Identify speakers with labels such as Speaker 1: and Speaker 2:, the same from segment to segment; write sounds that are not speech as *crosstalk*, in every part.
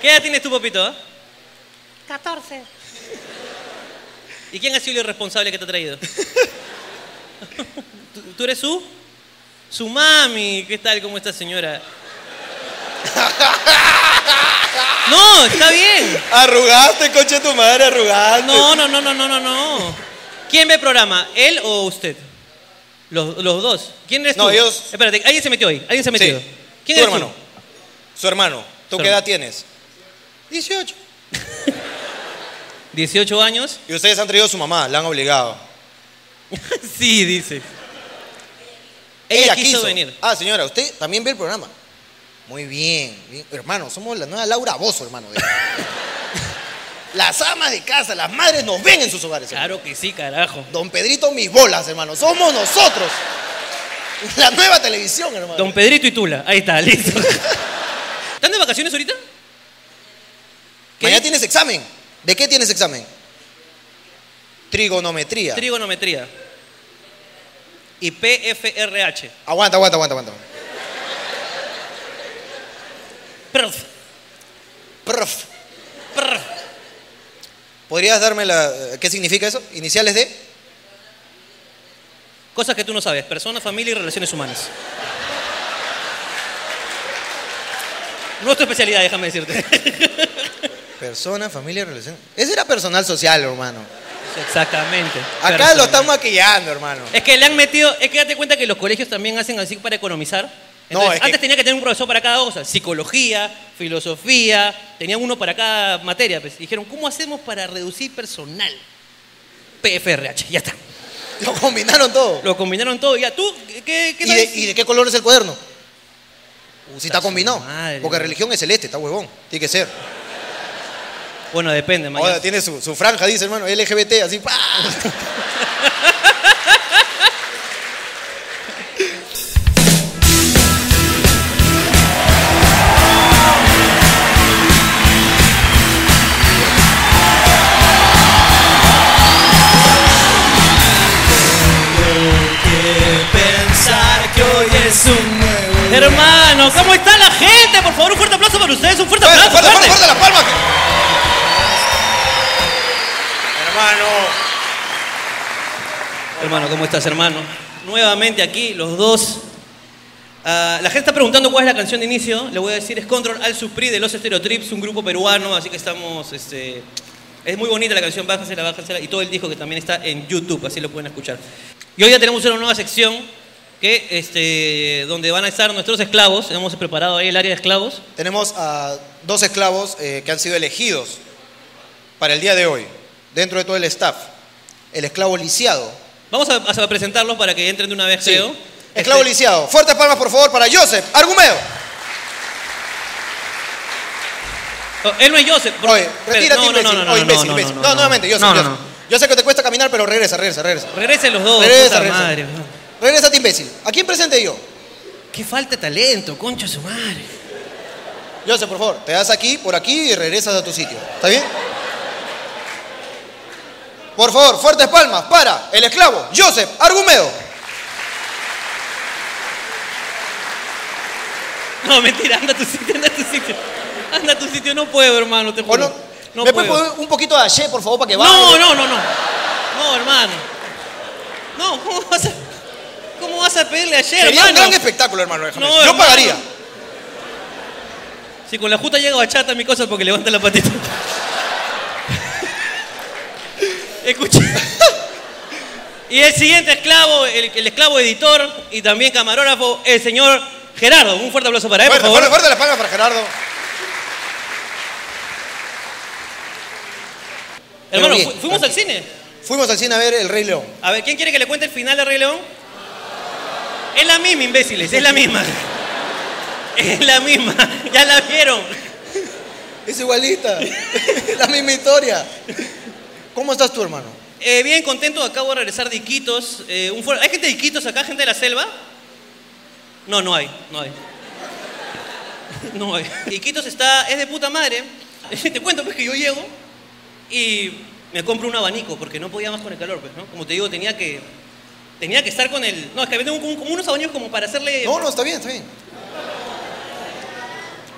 Speaker 1: ¿Qué edad tienes tú, Popito?
Speaker 2: 14.
Speaker 1: ¿Y quién ha sido el irresponsable que te ha
Speaker 3: *laughs*
Speaker 1: traído? ¿Tú, tú eres su? Su mami. ¿Qué tal? ¿Cómo está, señora? No, está bien.
Speaker 3: Arrugaste, coche tu madre, arrugaste.
Speaker 1: No, no, no, no, no, no, no. ¿Quién ve el programa? ¿Él o usted? Los, los dos. ¿Quién eres
Speaker 3: No,
Speaker 1: tú?
Speaker 3: ellos-
Speaker 1: Espérate, alguien se metió ahí. Alguien se ha metido.
Speaker 3: Sí.
Speaker 1: ¿Quién
Speaker 3: tu
Speaker 1: eres
Speaker 3: hermano. Su hermano. ¿Tú
Speaker 1: Su
Speaker 3: qué
Speaker 1: hermano.
Speaker 3: edad tienes? 18.
Speaker 1: tú? 18
Speaker 3: *laughs*
Speaker 1: años.
Speaker 3: Y ustedes han traído a su mamá, la han obligado.
Speaker 1: sí, dice. Ella, quiso, venir.
Speaker 3: Ah, señora, usted también ve el programa. Muy bien, bien. Hermano, somos la nueva Laura Bozo, hermano. *laughs* las amas de casa, las madres nos ven en sus hogares. hermano.
Speaker 1: Claro que sí, carajo.
Speaker 3: Don Pedrito, mis bolas, hermano. Somos nosotros. La nueva televisión, hermano.
Speaker 1: Don Pedrito y Tula. Ahí está,
Speaker 3: *laughs*
Speaker 1: listo. ¿Están de vacaciones ahorita? ¿Qué?
Speaker 3: Mañana tienes examen. ¿De qué tienes examen? Trigonometría.
Speaker 1: Trigonometría. Y PFRH.
Speaker 3: aguanta, aguanta, aguanta, aguanta.
Speaker 1: Perf,
Speaker 3: Prof,
Speaker 1: perf.
Speaker 3: ¿podrías darme la. ¿Qué significa eso? Iniciales de.
Speaker 1: Cosas que tú no sabes. Persona, familia y relaciones humanas. No es tu especialidad, déjame decirte.
Speaker 3: Persona, familia, relación. Ese era personal social, hermano.
Speaker 1: *laughs* Exactamente.
Speaker 3: Acá
Speaker 1: Persona.
Speaker 3: lo están maquillando, hermano.
Speaker 1: Es que le han metido, es que date cuenta que los colegios también hacen así para economizar.
Speaker 3: No,
Speaker 1: Entonces,
Speaker 3: es que-
Speaker 1: antes tenía que tener un profesor para cada cosa, psicología, filosofía, tenían uno para cada materia. Pues. Dijeron, ¿cómo hacemos para reducir personal? PFRH, ya está.
Speaker 3: Lo combinaron todo.
Speaker 1: Lo combinaron todo. Ya, ¿tú qué, qué
Speaker 3: ¿Y de,
Speaker 1: sabes?
Speaker 3: y de qué color es el cuaderno? Si está
Speaker 1: su
Speaker 3: combinado.
Speaker 1: madre.
Speaker 3: Porque religión es celeste, está huevón. Tiene que ser.
Speaker 1: Bueno, depende, man.
Speaker 3: Ahora tiene su, su franja, dice hermano, LGBT, así. ¡pa! *laughs*
Speaker 1: pensar que hoy es un nuevo Hermano, ¿cómo está la gente? Por favor, un fuerte aplauso para ustedes, un fuerte
Speaker 3: ¡Fuerte,
Speaker 1: aplauso.
Speaker 3: fuerte, fuerte,
Speaker 1: fuerte.
Speaker 3: fuerte las palmas! Hermano.
Speaker 1: Hermano, ¿cómo estás, hermano? Nuevamente aquí, los dos. Ah, la gente está preguntando cuál es la canción de inicio. Le voy a decir, es Control al Supri de Los Estereotrips, un grupo peruano, así que estamos... Este, es muy bonita la canción, bájensela, bájensela. Y todo el disco que también está en YouTube, así lo pueden escuchar. Y hoy ya tenemos una nueva sección que, este, donde van a estar nuestros esclavos. Hemos preparado ahí el área de esclavos.
Speaker 3: Tenemos a dos esclavos eh, que han sido elegidos para el día de hoy, dentro de todo el staff. El esclavo lisiado.
Speaker 1: Vamos a, a presentarlos para que entren de una vez,
Speaker 3: Sí.
Speaker 1: creo.
Speaker 3: Esclavo
Speaker 1: Este,
Speaker 3: lisiado. Fuertes palmas, por favor, para Joseph Argumeo.
Speaker 1: oh, él no es Joseph. porque-
Speaker 3: Oye,
Speaker 1: espera,
Speaker 3: retírate,
Speaker 1: no, no,
Speaker 3: imbécil.
Speaker 1: no, no,
Speaker 3: Oh,
Speaker 1: no,
Speaker 3: imbécil,
Speaker 1: no, no,
Speaker 3: imbécil.
Speaker 1: no,
Speaker 3: No,
Speaker 1: no.
Speaker 3: nuevamente, Joseph.
Speaker 1: No, no,
Speaker 3: Joseph.
Speaker 1: no.
Speaker 3: Yo sé que te cuesta caminar, pero regresa, regresa, regresa.
Speaker 1: Regresen los dos,
Speaker 3: Regresa,
Speaker 1: puta
Speaker 3: regresa.
Speaker 1: madre. weón.
Speaker 3: Regrésate, imbécil. ¿A quién presente yo?
Speaker 1: Qué falta de talento, concha su madre.
Speaker 3: Joseph, por favor, te das aquí, por aquí y regresas a tu sitio. ¿Está bien? Por favor, fuertes palmas para el esclavo Joseph Argumeo.
Speaker 1: No, mentira, anda a tu sitio, anda a tu sitio. Anda a tu sitio, no puedo, hermano, te
Speaker 3: ¿O
Speaker 1: juro.
Speaker 3: no?
Speaker 1: No
Speaker 3: ¿Me
Speaker 1: puedo.
Speaker 3: puedes poner un poquito de ayer, por favor, para que baje?
Speaker 1: No, no, no, no. No, hermano. No, ¿cómo vas a, cómo vas a pedirle ayer,
Speaker 3: Sería un
Speaker 1: hermano?
Speaker 3: gran espectáculo, hermano. déjame
Speaker 1: No,
Speaker 3: decir. Yo
Speaker 1: hermano. Eh,
Speaker 3: pagaría.
Speaker 1: Si con la juta llega bachata mi cosa porque levanta la patita. Escucha. Y el siguiente esclavo, el, el esclavo editor y también camarógrafo, el señor Gerardo. Un fuerte aplauso para él, por
Speaker 3: Fuerte,
Speaker 1: favor.
Speaker 3: fuerte, fuerte las palmas para Gerardo.
Speaker 1: Hermano,
Speaker 3: Pero bien,
Speaker 1: fu- fuimos al cine.
Speaker 3: Fuimos al cine a ver El Rey León.
Speaker 1: A ver, ¿quién quiere que le cuente el final de Rey León? Es la misma, imbéciles, es la misma. Es la misma, *laughs* ya la vieron. *laughs*
Speaker 3: Es igualita. la misma historia. ¿Cómo estás tú, hermano?
Speaker 1: Eh, bien contento, acabo de regresar de Iquitos. eh, un fuer- ¿Hay gente de Iquitos acá, gente de la selva? No, no hay, no hay. *laughs* No hay. Iquitos está, es de puta madre. *laughs* Te cuento pues que yo llego y me compro un abanico porque no podía más con el calor, pues, ¿no? Como te digo, tenía que, tenía que estar con el... No, es que tengo como, como unos abanicos como para hacerle...
Speaker 3: No, no, está bien, está bien.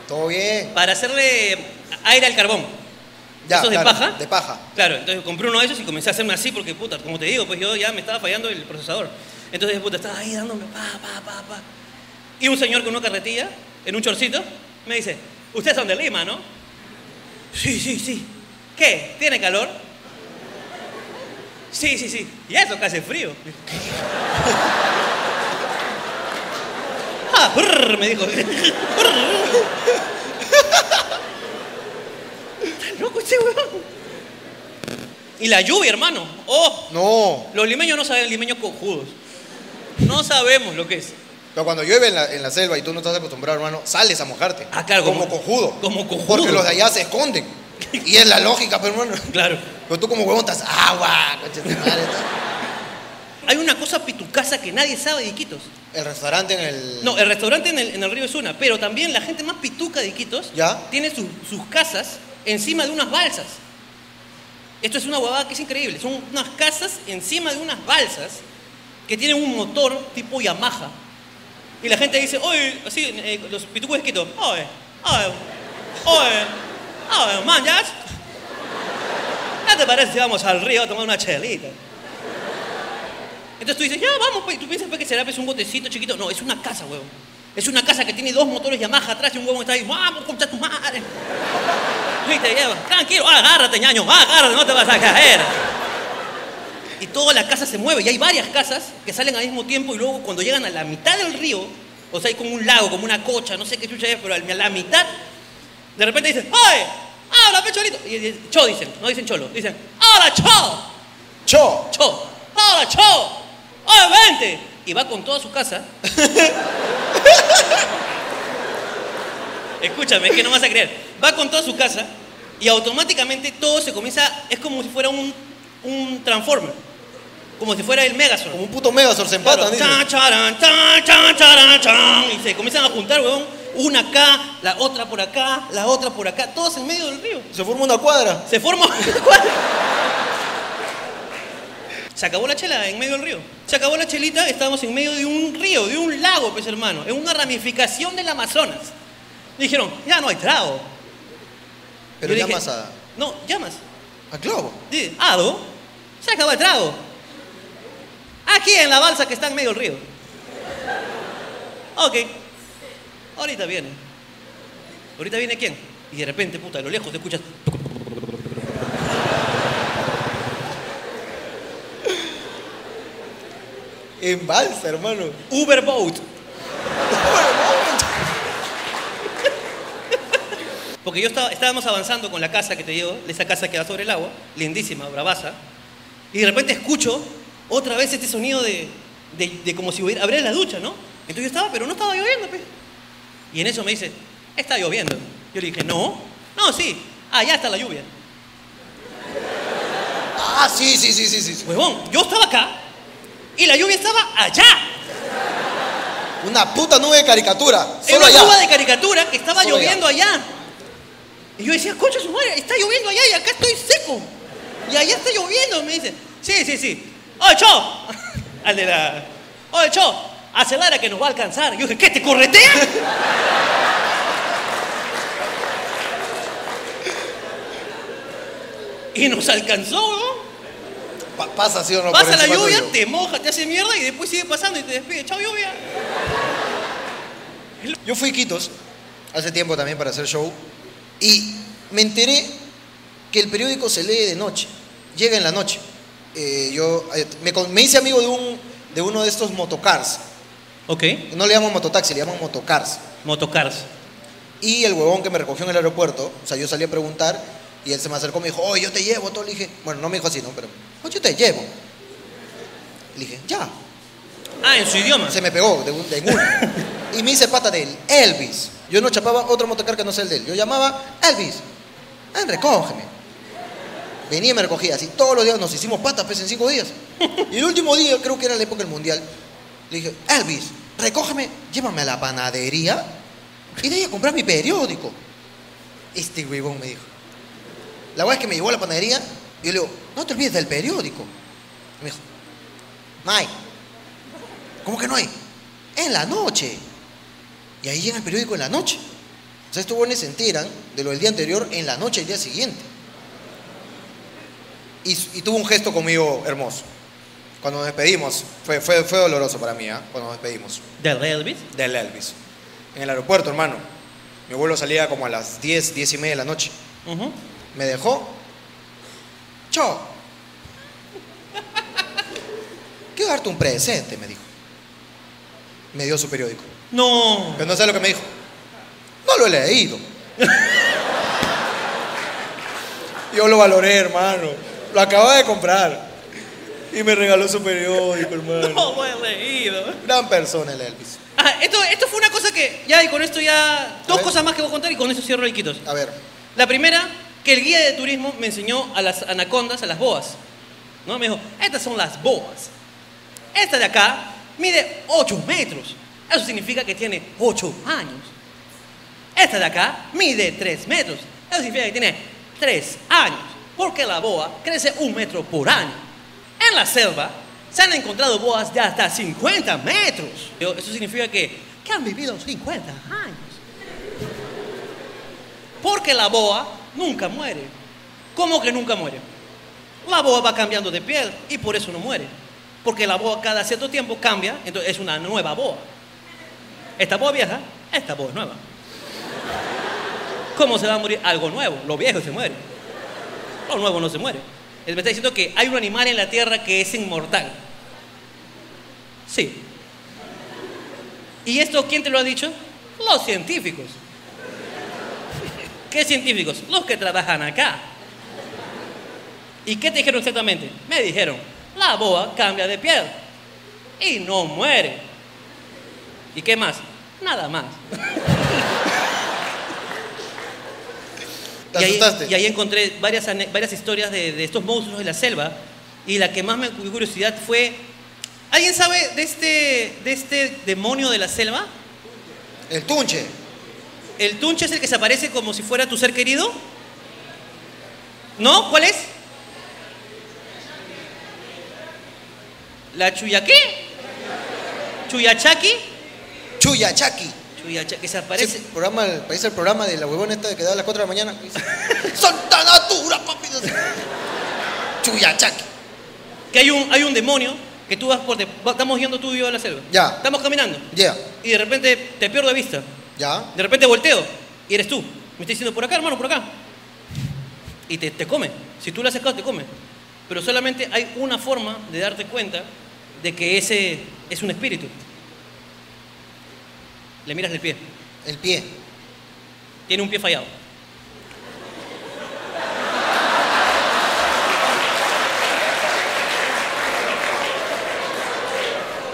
Speaker 3: Todo bien.
Speaker 1: para hacerle aire al carbón. ¿Esos de
Speaker 3: claro,
Speaker 1: paja?
Speaker 3: De paja.
Speaker 1: Claro, entonces compré uno de esos y comencé a hacerme así porque, puta, como te digo, pues yo ya me estaba fallando el procesador. Entonces, puta, estaba ahí dándome pa, pa, pa, pa. Y un señor con una carretilla, en un chorcito, me dice, ustedes son de Lima, ¿no? Sí, sí, sí. ¿Qué? ¿Tiene calor? Sí, sí, sí. Y eso que hace frío. ah, brr, me dijo. ¿Estás loco este weón? Y la lluvia, hermano. Oh,
Speaker 3: No.
Speaker 1: los limeños no saben, limeños cojudos. No sabemos lo que es.
Speaker 3: Pero cuando llueve en la, en la selva y tú no estás acostumbrado, hermano, sales a mojarte.
Speaker 1: Ah, claro,
Speaker 3: Como,
Speaker 1: como-
Speaker 3: cojudo.
Speaker 1: como cojudo.
Speaker 3: Porque los de allá se
Speaker 1: *laughs*
Speaker 3: esconden. Y es la lógica, pero hermano.
Speaker 1: Claro.
Speaker 3: Pero tú como huevón estás agua, coche de madre, estás-
Speaker 1: Hay una cosa pitucasa que nadie sabe de Iquitos.
Speaker 3: El restaurante en el.
Speaker 1: No, eh. el restaurante en el, en el río es una, pero también la gente más pituca de Iquitos
Speaker 3: Ya.
Speaker 1: tiene sus- sus casas encima de unas balsas. Esto es una huevada que es increíble. Son unas casas encima de unas balsas que tienen un motor tipo Yamaha. Y la gente dice, oye, así, eh, los pitucos de Quito, oye, oye, oye, oye, man, ¿ya? ¿Ya te parece si vamos al río a tomar una chelita? Entonces tú dices, ya, vamos, pues. Y tú piensas pues, que será pues, un botecito chiquito. No, es una casa, huevón. Es una casa que tiene dos motores Yamaha atrás y un huevón está ahí, vamos, concha tu madre. *laughs* Y te lleva, tranquilo, "Ah, agárrate, ñaño, agárrate, no te vas a caer. Y toda la casa se mueve, y hay varias casas que salen al mismo tiempo, y luego cuando llegan a la mitad del río, o sea, hay como un lago, como una cocha, no sé qué chucha es, pero a la mitad, de repente dicen, ¡Oye! ¡Habla, pecholito! Y dicen, cho dicen, no dicen cholo, dicen, ¡Habla, cho!
Speaker 3: Cho.
Speaker 1: ¡Cho! ¡Hola, Cho! ¡Oye, vente! Y va con toda su
Speaker 3: *laughs*
Speaker 1: casa. Escúchame, es que no vas a creer. Va con toda su casa y automáticamente todo se comienza. Es como si fuera un, un Transformer. Como si fuera el Megazord.
Speaker 3: Como un puto Megazord se
Speaker 1: Claro,
Speaker 3: empatan,
Speaker 1: chan,
Speaker 3: dice.
Speaker 1: charan, chan, chan, charan, chan. Y se comienzan a juntar, weón. Una acá, la otra por acá, la otra por acá, todos en medio del río.
Speaker 3: Se forma una cuadra.
Speaker 1: Se *laughs* forma una cuadra. Se acabó la chela en medio del río. Se acabó la chelita, estábamos en medio de un río, de un lago, pues hermano. Es una ramificación del Amazonas. Dijeron, ya no hay trago.
Speaker 3: Pero
Speaker 1: Yo
Speaker 3: llamas
Speaker 1: dije,
Speaker 3: a.
Speaker 1: No, llamas.
Speaker 3: A Clavo.
Speaker 1: Dice, ¿ado? Se acabó el trago. Aquí en la balsa que está en medio del río. Ok. Ahorita viene. ¿Ahorita viene quién? Y de repente, puta, a lo lejos te escuchas.
Speaker 3: En balsa, hermano. *laughs*
Speaker 1: Uber Boat. Porque yo estaba, estábamos avanzando con la casa que te digo, esa casa que da sobre el agua, lindísima, bravaza, y de repente escucho otra vez este sonido de, de- de como si hubiera, abriera la ducha, ¿no? Entonces yo estaba, pero no estaba lloviendo, pe. Y en eso me dice, está lloviendo. Yo le dije, no, no, sí, ah, ya está la lluvia.
Speaker 3: Ah, sí, sí, sí, sí, sí. sí.
Speaker 1: Huevón, yo estaba acá y la lluvia estaba allá.
Speaker 3: Una puta nube de caricatura.
Speaker 1: Era
Speaker 3: Solo
Speaker 1: una cuba
Speaker 3: allá.
Speaker 1: de caricatura que estaba
Speaker 3: Solo allá.
Speaker 1: lloviendo allá. Y yo decía, concha su madre, está lloviendo allá y acá estoy seco. Y allá está lloviendo, me dice. Sí, sí, sí. ¡Oye, Cho! *laughs* Al de la... ¡Oye, Cho! Acelera que nos va a alcanzar. Yo dije, ¿qué, te corretea? *laughs* y nos alcanzó, weón.
Speaker 3: Pa- pasa, sí o no. por
Speaker 1: Pasa la
Speaker 3: encima
Speaker 1: lluvia,
Speaker 3: tuyo.
Speaker 1: te moja, te hace mierda y después sigue pasando y te despide. ¡Chao, lluvia!
Speaker 3: Yo fui a Iquitos hace tiempo también para hacer show y me enteré que el periódico se lee de noche, llega en la noche. Eh, yo eh, me, con- me hice amigo de, un, de uno de estos motocars.
Speaker 1: Ok.
Speaker 3: No le llaman mototaxi, le llaman motocars.
Speaker 1: Motocars.
Speaker 3: Y el huevón que me recogió en el aeropuerto, o sea, yo salí a preguntar y él se me acercó y me dijo, oye, yo te llevo, todo. Le dije, bueno, no me dijo así, no, pero, oye, yo te llevo. Le dije, ya.
Speaker 1: Ah, en su idioma.
Speaker 3: Se me pegó de, un, de en una. Y me hice pata de él, Elvis. Yo no chapaba otro motocar que no sea el de él. Yo llamaba, Elvis, ven, recógeme. Venía y me recogía así. Todos los días nos hicimos patas, pues, en cinco días. Y el último día, creo que era la época del mundial, le dije, Elvis, recógeme, llévame a la panadería y de ahí a comprar mi periódico. Este huevón me dijo. La weá es que me llevó a la panadería y yo le digo, no te olvides del periódico. Me dijo, Mike, ¿Cómo que no hay? En la noche. Y ahí llega el periódico en la noche. sea, estos buenos se enteran de lo del día anterior en la noche del día siguiente. Y, y tuvo un gesto conmigo hermoso. Cuando nos despedimos, fue, fue, fue doloroso para mí, ¿ah? Cuando nos despedimos
Speaker 1: ¿Del Rey Elvis?
Speaker 3: del Elvis. En el aeropuerto, hermano. Mi abuelo salía como a las 10, 10 y media de la noche.
Speaker 1: Ujú.
Speaker 3: Me dejó. Chao. Quiero darte un presente, me dijo. Me dio su periódico.
Speaker 1: No.
Speaker 3: Pero no sé lo que me dijo. No lo he leído. Yo lo valoré, hermano. Lo acababa de comprar. Y me regaló su periódico,
Speaker 1: *laughs*
Speaker 3: hermano.
Speaker 1: No, buen leído.
Speaker 3: Gran persona el Elvis.
Speaker 1: Ah, esto, esto fue una cosa que. Ya, y con esto ya. Dos
Speaker 3: ver.
Speaker 1: cosas más que voy a contar y con eso cierro el Quitos.
Speaker 3: A ver,
Speaker 1: La primera, que el guía de turismo me enseñó a las anacondas, a las boas. ¿No? Me dijo, estas son las boas. Esta de acá mide 8 metros. Eso significa que tiene 8 años. Esta de acá mide 3 metros. Eso significa que tiene 3 años. Porque la boa crece un metro por año. En la selva se han encontrado boas de hasta 50 metros. Yo, Eso significa que, que han vivido 50 años. Porque la boa nunca muere. ¿Cómo que nunca muere? La boa va cambiando de piel y por eso no muere. Porque la boa cada cierto tiempo cambia, entonces es una nueva boa. Esta boa vieja, esta boa es nueva. ¿Cómo se va a morir algo nuevo? Lo viejo se muere. Lo nuevo no se muere. Él me está diciendo que hay un animal en la tierra que es inmortal. Sí. ¿Y esto quién te lo ha dicho? Los científicos. ¿Qué científicos? Los que trabajan acá. ¿Y qué te dijeron exactamente? Me dijeron, la boa cambia de piel y no muere. ¿Y qué más? Nada más.
Speaker 3: ¿te
Speaker 1: y, ahí,
Speaker 3: asustaste?
Speaker 1: y ahí encontré varias, ane- varias historias de, de estos monstruos de la selva. Y la que más me dio curiosidad fue, ¿alguien sabe de este, de este demonio de la selva?
Speaker 3: El tunche.
Speaker 1: ¿El tunche es el que se aparece como si fuera tu ser querido? ¿No? ¿Cuál es? ¿La chuyaqué? ¿Chuyachaki?
Speaker 3: Chuyachaki.
Speaker 1: Chuyachaki, que se
Speaker 3: Parece...
Speaker 1: aparece.
Speaker 3: programa, parece el programa de la huevona esta de que da a las 4 de la mañana. que dice, *laughs* ¡Santa Natura, papi! Chuyachaki.
Speaker 1: Que hay un, hay un demonio que tú vas por. de- va- estamos yendo tú y yo a la selva.
Speaker 3: Ya.
Speaker 1: Estamos caminando.
Speaker 3: Ya,
Speaker 1: Y de repente te pierdo de vista.
Speaker 3: ya.
Speaker 1: De repente volteo y eres tú. Me está diciendo por acá, hermano, por acá. Y te, te come. Si tú le haces caso, te come. Pero solamente hay una forma de darte cuenta de que ese es un espíritu. Le miras del pie.
Speaker 3: El pie.
Speaker 1: Tiene un pie fallado.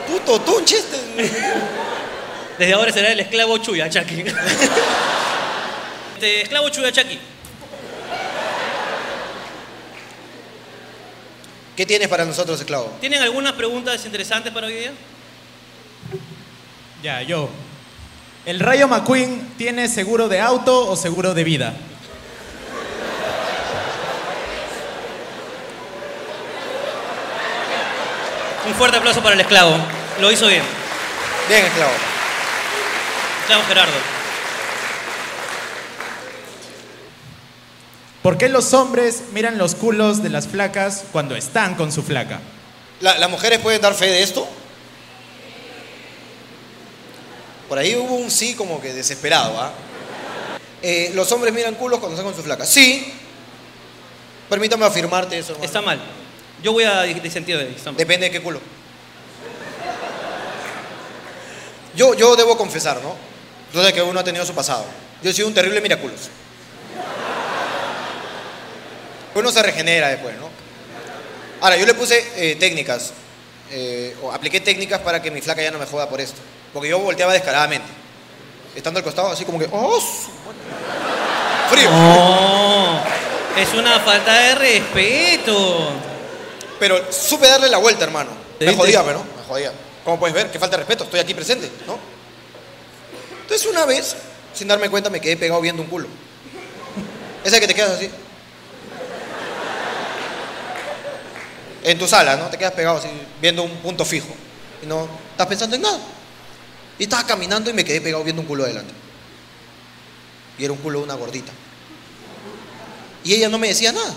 Speaker 3: Puto tunche este.
Speaker 1: Desde ahora será el esclavo Chuyachaki. *laughs* este esclavo Chuyachaki.
Speaker 3: ¿Qué tienes para nosotros, esclavo?
Speaker 1: ¿Tienen algunas preguntas interesantes para hoy día?
Speaker 4: Ya, yo. ¿El Rayo McQueen tiene seguro de auto o seguro de vida?
Speaker 1: Un fuerte aplauso para el esclavo. Lo hizo bien.
Speaker 3: Bien, esclavo.
Speaker 1: Esclavo Gerardo.
Speaker 4: ¿Por qué los hombres miran los culos de las flacas cuando están con su flaca?
Speaker 3: La- ¿Las mujeres pueden dar fe de esto? Por ahí hubo un sí como que desesperado, ¿ah? Eh, los hombres miran culos cuando están con sus flacas. Sí. Permítame afirmarte eso, hermano.
Speaker 1: Está mal. Yo voy a disentir de está mal.
Speaker 3: Depende de qué culo. Yo, yo debo confesar, ¿no? Yo sé que uno ha tenido su pasado. Yo he sido un terrible miraculos. Uno se regenera después, ¿no? Ahora, yo le puse eh, técnicas, eh, o apliqué técnicas para que mi flaca ya no me joda por esto. Porque yo volteaba descaradamente. Estando al costado, así como que, ¡oh! su madre! Frío.
Speaker 1: Oh. No, es una falta de respeto.
Speaker 3: Pero supe darle la vuelta, hermano.
Speaker 1: ¿Te
Speaker 3: Me
Speaker 1: diste?
Speaker 3: jodía, pero me jodía. Como puedes ver, qué falta de respeto, estoy aquí presente, ¿no? Entonces una vez, sin darme cuenta, me quedé pegado viendo un culo. *laughs* Ese que te quedas así. En tu sala, ¿no? Te quedas pegado así, viendo un punto fijo. Y no estás pensando en nada. Y estaba caminando y me quedé pegado viendo un culo adelante. Y Y era un culo de una gordita. Y ella no me decía nada.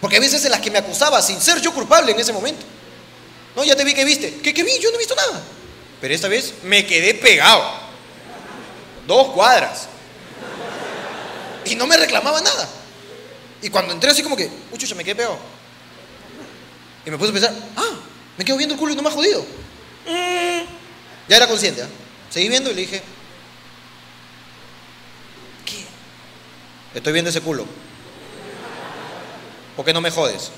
Speaker 3: Porque a veces en las que me acusaba sin ser yo culpable en ese momento. No, ya te vi que viste. ¿Qué, qué vi? Yo no he visto nada. Pero esta vez me quedé pegado. Dos cuadras. Y no me reclamaba nada. Y cuando entré así como que, uy, chucha, me quedé pegado. Y me puse a pensar, ah, me quedo viendo el culo y no me ha jodido. Mm. Ya era consciente, ¿ah? Seguí viendo y le dije, ¿qué? Estoy viendo ese culo. ¿Por qué no me jodes?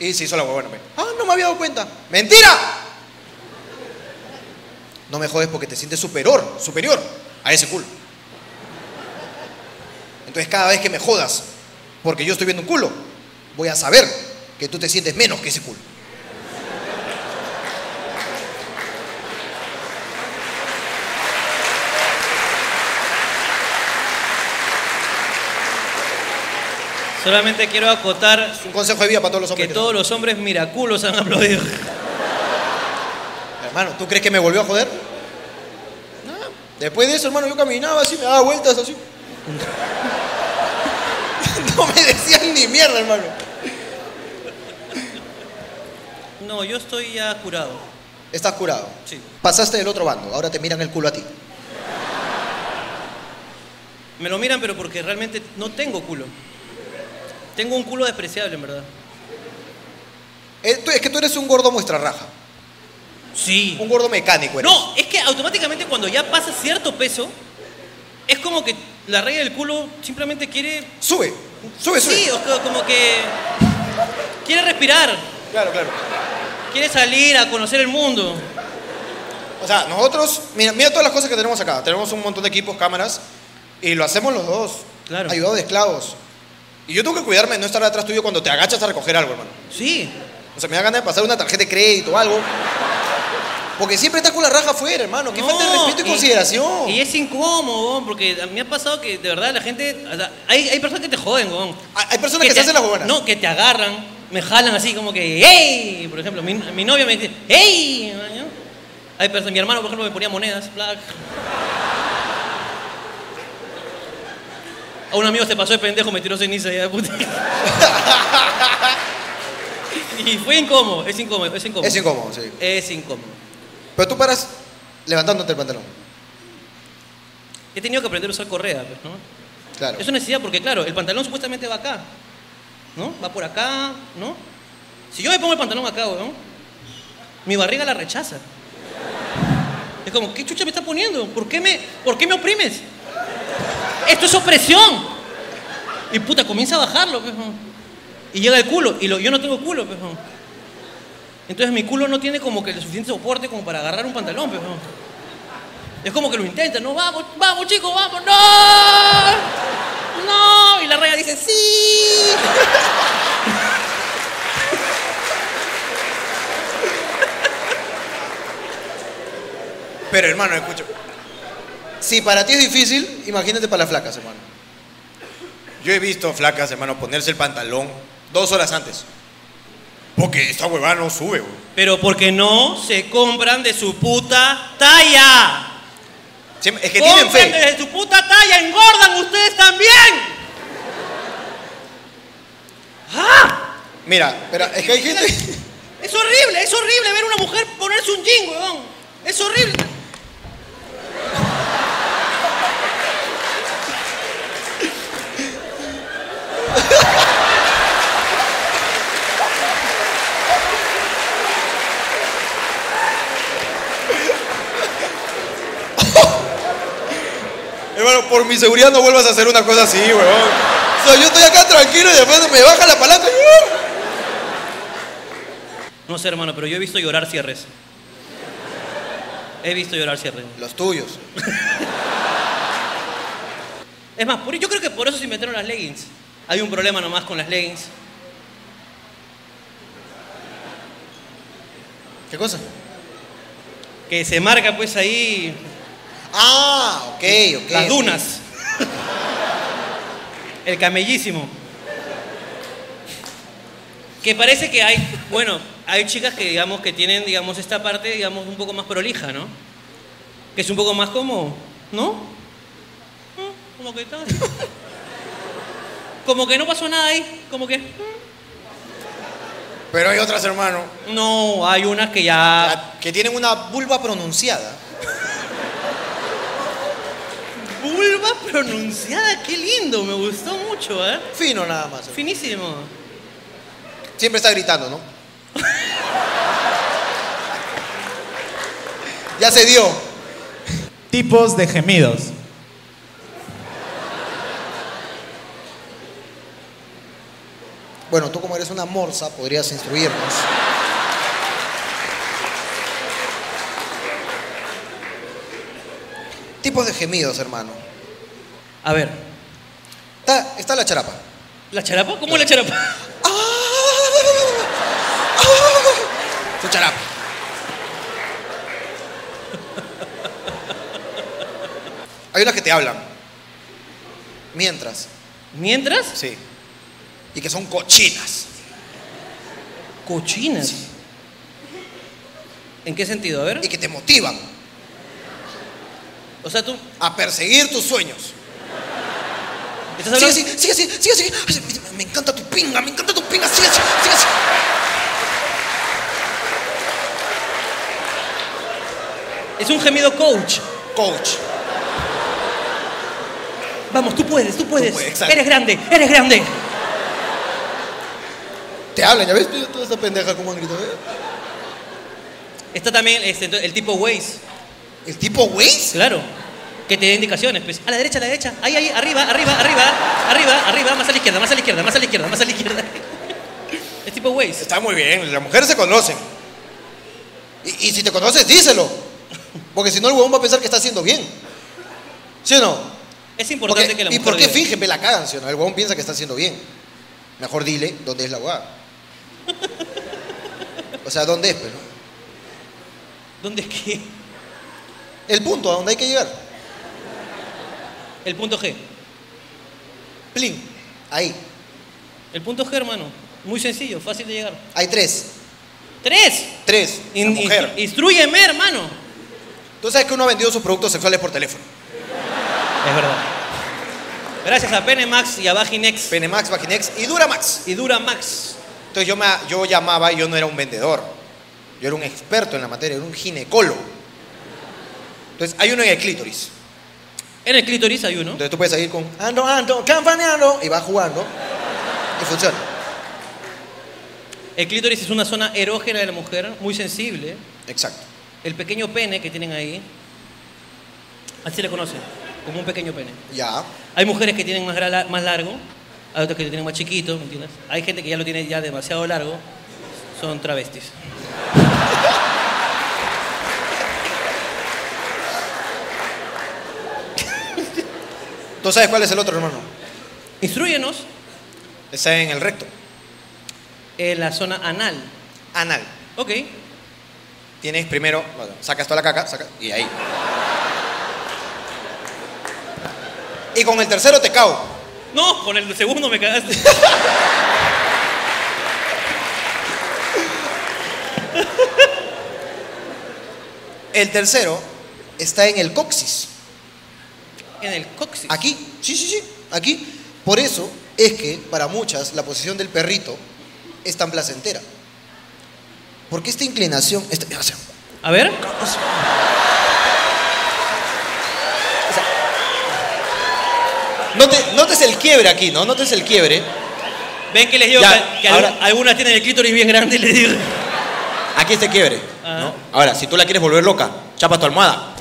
Speaker 3: Y se hizo la huevona. pe. Ah, no me había dado cuenta. ¡Mentira! No me jodes porque te sientes superior, superior a ese culo. Entonces cada vez que me jodas, porque yo estoy viendo un culo, voy a saber que tú te sientes menos que ese culo.
Speaker 1: Solamente quiero acotar
Speaker 3: Es un consejo de vida para todos los
Speaker 1: que
Speaker 3: hombres. que-
Speaker 1: todos los hombres miraculos han aplaudido.
Speaker 3: Hermano, ¿tú crees que me volvió a joder? No. Después de eso, hermano, yo caminaba así, me daba vueltas así. *laughs* No me decían ni mierda, hermano.
Speaker 1: No, yo estoy ya curado.
Speaker 3: Estás curado.
Speaker 1: Sí.
Speaker 3: Pasaste del otro bando, ahora te miran el culo a ti.
Speaker 1: Me lo miran, pero porque realmente no tengo culo. Tengo un culo despreciable, en verdad.
Speaker 3: Eh, tú- Es que tú eres un gordo muestra raja.
Speaker 1: Sí.
Speaker 3: Un gordo mecánico eres.
Speaker 1: No, es que automáticamente cuando ya pasa cierto peso, es como que la regla del culo simplemente quiere.
Speaker 3: Sube, sube, sube.
Speaker 1: Pues Sí, o sea, como que. Quiere respirar,
Speaker 3: Claro, claro.
Speaker 1: quiere salir a conocer el mundo.
Speaker 3: O sea, nosotros, mira, mira todas las cosas que tenemos acá. Tenemos un montón de equipos, cámaras, y lo hacemos los dos.
Speaker 1: Claro.
Speaker 3: Ayudados de esclavos. Y yo tengo que cuidarme de no estar atrás tuyo cuando te agachas a recoger algo, hermano.
Speaker 1: Sí.
Speaker 3: O sea, me da ganas de pasar una tarjeta de crédito o algo. Porque siempre estás con la raja afuera, hermano. Qué
Speaker 1: No,
Speaker 3: falta de respeto y, consideración.
Speaker 1: Y es incómodo, weón, porque a mí me ha pasado que de verdad la gente. o sea, hay, hay personas que te joden, weón.
Speaker 3: Hay Ah, hay personas que, se hacen las huevonas.
Speaker 1: No, que te agarran, me jalan así como que, ¡hey! Por ejemplo, mi, mi novia me dice, ¡hey! ¿no? Hay personas, mi hermano, por ejemplo, me ponía monedas, black. A un amigo se pasó de pendejo, me tiró ceniza ya, puta. *laughs* y fue incómodo, es incómodo, es incómodo.
Speaker 3: Es incómodo, sí.
Speaker 1: Es incómodo.
Speaker 3: Pero tú paras levantándote el pantalón.
Speaker 1: He tenido que aprender a usar correa, pues, ¿no?
Speaker 3: Claro.
Speaker 1: Es una necesidad porque, claro, el pantalón supuestamente va acá, ¿no? Va por acá, ¿no? Si yo me pongo el pantalón acá, weón, mi barriga la rechaza. Es como, ¿qué chucha me está poniendo? ¿Por qué me, ¿por qué me oprimes? Esto es opresión. Y puta, comienza a bajarlo, pues, weón. Y llega el culo, y lo- yo no tengo culo, pues, weón. Entonces mi culo no tiene como que el suficiente soporte como para agarrar un pantalón, pues, weón. Es como que lo intenta, no, vamos, vamos chicos, vamos, no, no. Y la raya dice, sí.
Speaker 3: Pero hermano, escucha. Si para ti es difícil, imagínate para las flacas, hermano. Yo he visto flacas, hermano, ponerse el pantalón dos horas antes. Porque esta huevada no sube, güey.
Speaker 1: Pero porque no se compran de su puta talla.
Speaker 3: Siempre- Es que tienen
Speaker 1: Compren
Speaker 3: fe.
Speaker 1: de su puta talla, engordan ustedes también. ¡Ah!
Speaker 3: Mira, pero es que hay gente.
Speaker 1: Es horrible, es horrible ver una mujer ponerse un jean, weón. Es horrible.
Speaker 3: Hermano, por mi seguridad no vuelvas a hacer una cosa así, weón. O sea, yo estoy acá tranquilo y después me baja la palanca. ¡uh!
Speaker 1: No sé, hermano, pero yo he visto llorar cierres. He visto llorar cierres.
Speaker 3: Los tuyos.
Speaker 1: Es más, por- yo creo que por eso se inventaron las leggings. Hay un problema nomás con las leggings.
Speaker 3: ¿Qué cosa?
Speaker 1: Que se marca pues ahí
Speaker 3: Ah, ok, ok.
Speaker 1: las
Speaker 3: ok.
Speaker 1: dunas. El camellísimo. Que parece que hay, bueno, hay chicas que digamos que tienen, digamos, esta parte, digamos, un poco más prolija, ¿no? Que es un poco más como, ¿no? como que estaba así. Como que no pasó nada ahí, como que. mm.
Speaker 3: Pero hay otras, hermano,
Speaker 1: No, hay unas que ya.
Speaker 3: a- que tienen una vulva pronunciada.
Speaker 1: Vulva pronunciada, qué lindo, me gustó mucho, ¿eh?
Speaker 3: Fino nada más. hermano.
Speaker 1: Finísimo.
Speaker 3: Siempre está gritando, *laughs* ¿no? ya se dio.
Speaker 4: Tipos de gemidos.
Speaker 3: Bueno, tú como eres una morsa, podrías instruirnos. Tipos de gemidos, hermano.
Speaker 1: A ver,
Speaker 3: Está, está la charapa. ¡Ah!
Speaker 1: ¿la charapa? ¿Cómo la charapa?
Speaker 3: ¡Ah! Su charapa. Hay unas que te hablan. Mientras.
Speaker 1: Mientras,
Speaker 3: Sí. Y que son cochinas.
Speaker 1: cochinas. ¿En qué sentido? A ver.
Speaker 3: Y que te motivan
Speaker 1: O sea, tú.
Speaker 3: a perseguir tus sueños.
Speaker 1: ¿Estás
Speaker 3: Sigue
Speaker 1: hablando?
Speaker 3: así, sigue así, sigue así. Ay, Me encanta tu pinga, me encanta tu pinga. Sigue así, sigue así.
Speaker 1: Es un gemido coach.
Speaker 3: Coach.
Speaker 1: Vamos, tú puedes, tú puedes.
Speaker 3: puedes, exacto.
Speaker 1: eres grande, eres grande.
Speaker 3: Te hablan, ¿ya ves? Toda esta pendeja como han gritado.
Speaker 1: Está también este, el tipo Waze,
Speaker 3: El tipo Waze.
Speaker 1: claro. Que te da indicaciones, pues. A la derecha, a la derecha. Ahí, ahí, arriba, arriba, arriba, arriba, arriba, más a la izquierda, más a la izquierda, más a la izquierda, más a la izquierda. *laughs* Es tipo Waze.
Speaker 3: Está muy bien, las mujeres se conocen. Y, y si te conoces, díselo. Porque si no, el huevón va a pensar que está haciendo bien. ¿Sí o no?
Speaker 1: Es importante
Speaker 3: Porque-
Speaker 1: que la
Speaker 3: ¿Y
Speaker 1: mujer.
Speaker 3: por qué
Speaker 1: diga.
Speaker 3: finge? Me la cagan, ¿sí o no? El huevón piensa que está haciendo bien. Mejor dile dónde es la huevada. O sea, ¿dónde es, pero?
Speaker 1: ¿Dónde es que?
Speaker 3: El punto a donde hay que llegar.
Speaker 1: El punto G.
Speaker 3: Plin. Ahí.
Speaker 1: El punto G, hermano. Muy sencillo, fácil de llegar.
Speaker 3: Hay tres.
Speaker 1: ¡Tres!
Speaker 3: Tres. La
Speaker 1: In-
Speaker 3: mujer.
Speaker 1: in- instrúyeme, hermano.
Speaker 3: Tú sabes que uno ha vendido sus productos sexuales por teléfono.
Speaker 1: Es verdad. Gracias a Penemax y a Vaginex.
Speaker 3: Penemax, Vaginex y Duramax.
Speaker 1: y Dura Max.
Speaker 3: Entonces yo, me, yo llamaba y yo no era un vendedor. Yo era un experto en la materia, era un ginecólogo. Entonces hay uno en el clítoris.
Speaker 1: En el clítoris hay uno.
Speaker 3: Entonces tú puedes ir con ando, ando, campaneando y va jugando y funciona.
Speaker 1: El clítoris es una zona erógena de la mujer, muy sensible.
Speaker 3: Exacto.
Speaker 1: El pequeño pene que tienen ahí, así le conocen, como un pequeño pene.
Speaker 3: Ya.
Speaker 1: Hay mujeres que tienen más, gra- más largo, hay otras que lo tienen más chiquito, ¿me entiendes? Hay gente que ya lo tiene ya demasiado largo, son travestis.
Speaker 3: ¿Tú sabes cuál es el otro hermano?
Speaker 1: Instruyenos
Speaker 3: Está en el recto.
Speaker 1: en la zona anal.
Speaker 3: Anal.
Speaker 1: Ok,
Speaker 3: Tienes primero, bueno, sacas toda la caca, sacas, y ahí. Y con el tercero te cao.
Speaker 1: No, con el segundo me cagaste.
Speaker 3: El tercero está en el coxis.
Speaker 1: en el coxis.
Speaker 3: Aquí. Sí, sí, sí. Aquí. Por eso es que para muchas la posición del perrito es tan placentera. Porque esta inclinación, esta, o sea,
Speaker 1: A ver.
Speaker 3: note- notes el quiebre aquí, ¿no? Notes el quiebre.
Speaker 1: Ven que les digo
Speaker 3: Ya,
Speaker 1: que, que alguna-
Speaker 3: ahora-
Speaker 1: algunas tienen el clítoris bien grande *laughs* y les digo.
Speaker 3: Aquí este quiebre.
Speaker 1: Ajá.
Speaker 3: ¿no? Ahora, si tú la quieres volver loca, chapa tu almohada.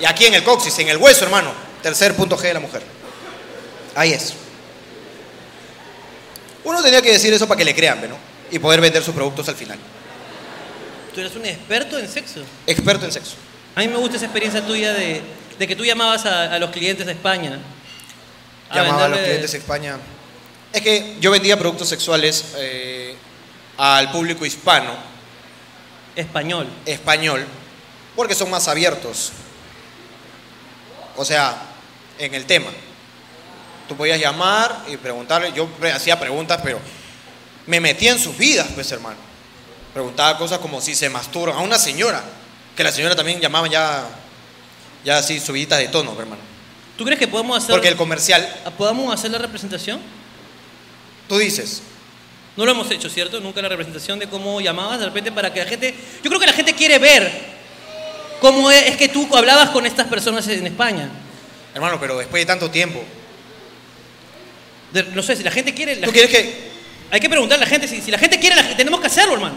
Speaker 3: Y aquí en el coxis, en el hueso, hermano. Tercer punto G de la mujer. Ahí es. Uno tenía que decir eso para que le crean, ¿no? Y poder vender sus productos al final.
Speaker 1: Tú eres un experto en sexo.
Speaker 3: Experto en sexo.
Speaker 1: A mí me gusta esa experiencia tuya de, de que tú llamabas a, a los clientes de España.
Speaker 3: Llamaba a los
Speaker 1: venderle-
Speaker 3: clientes de España. Es que yo vendía productos sexuales eh, al público hispano,
Speaker 1: Español.
Speaker 3: español, porque son más abiertos. O sea, en el tema. Tú podías llamar y preguntarle. Yo pre- hacía preguntas, pero me metía en sus vidas, pues, hermano. Preguntaba cosas como si se masturban a una señora, que la señora también llamaban ya Ya así subiditas de tono, pues, hermano.
Speaker 1: ¿Tú crees que podemos hacer,
Speaker 3: Porque el comercial,
Speaker 1: podamos hacer la representación?
Speaker 3: tú dices,
Speaker 1: No lo hemos hecho, ¿cierto? Nunca la representación de cómo llamabas de repente para que la gente... Yo creo que la gente quiere ver cómo es es que tú hablabas con estas personas en España.
Speaker 3: hermano, pero después de tanto tiempo,
Speaker 1: De- no sé, si la gente quiere... la
Speaker 3: ¿tú
Speaker 1: gente-
Speaker 3: quieres que
Speaker 1: Hay que preguntarle a la gente. Si, si la gente quiere, la gente- tenemos que hacerlo, hermano.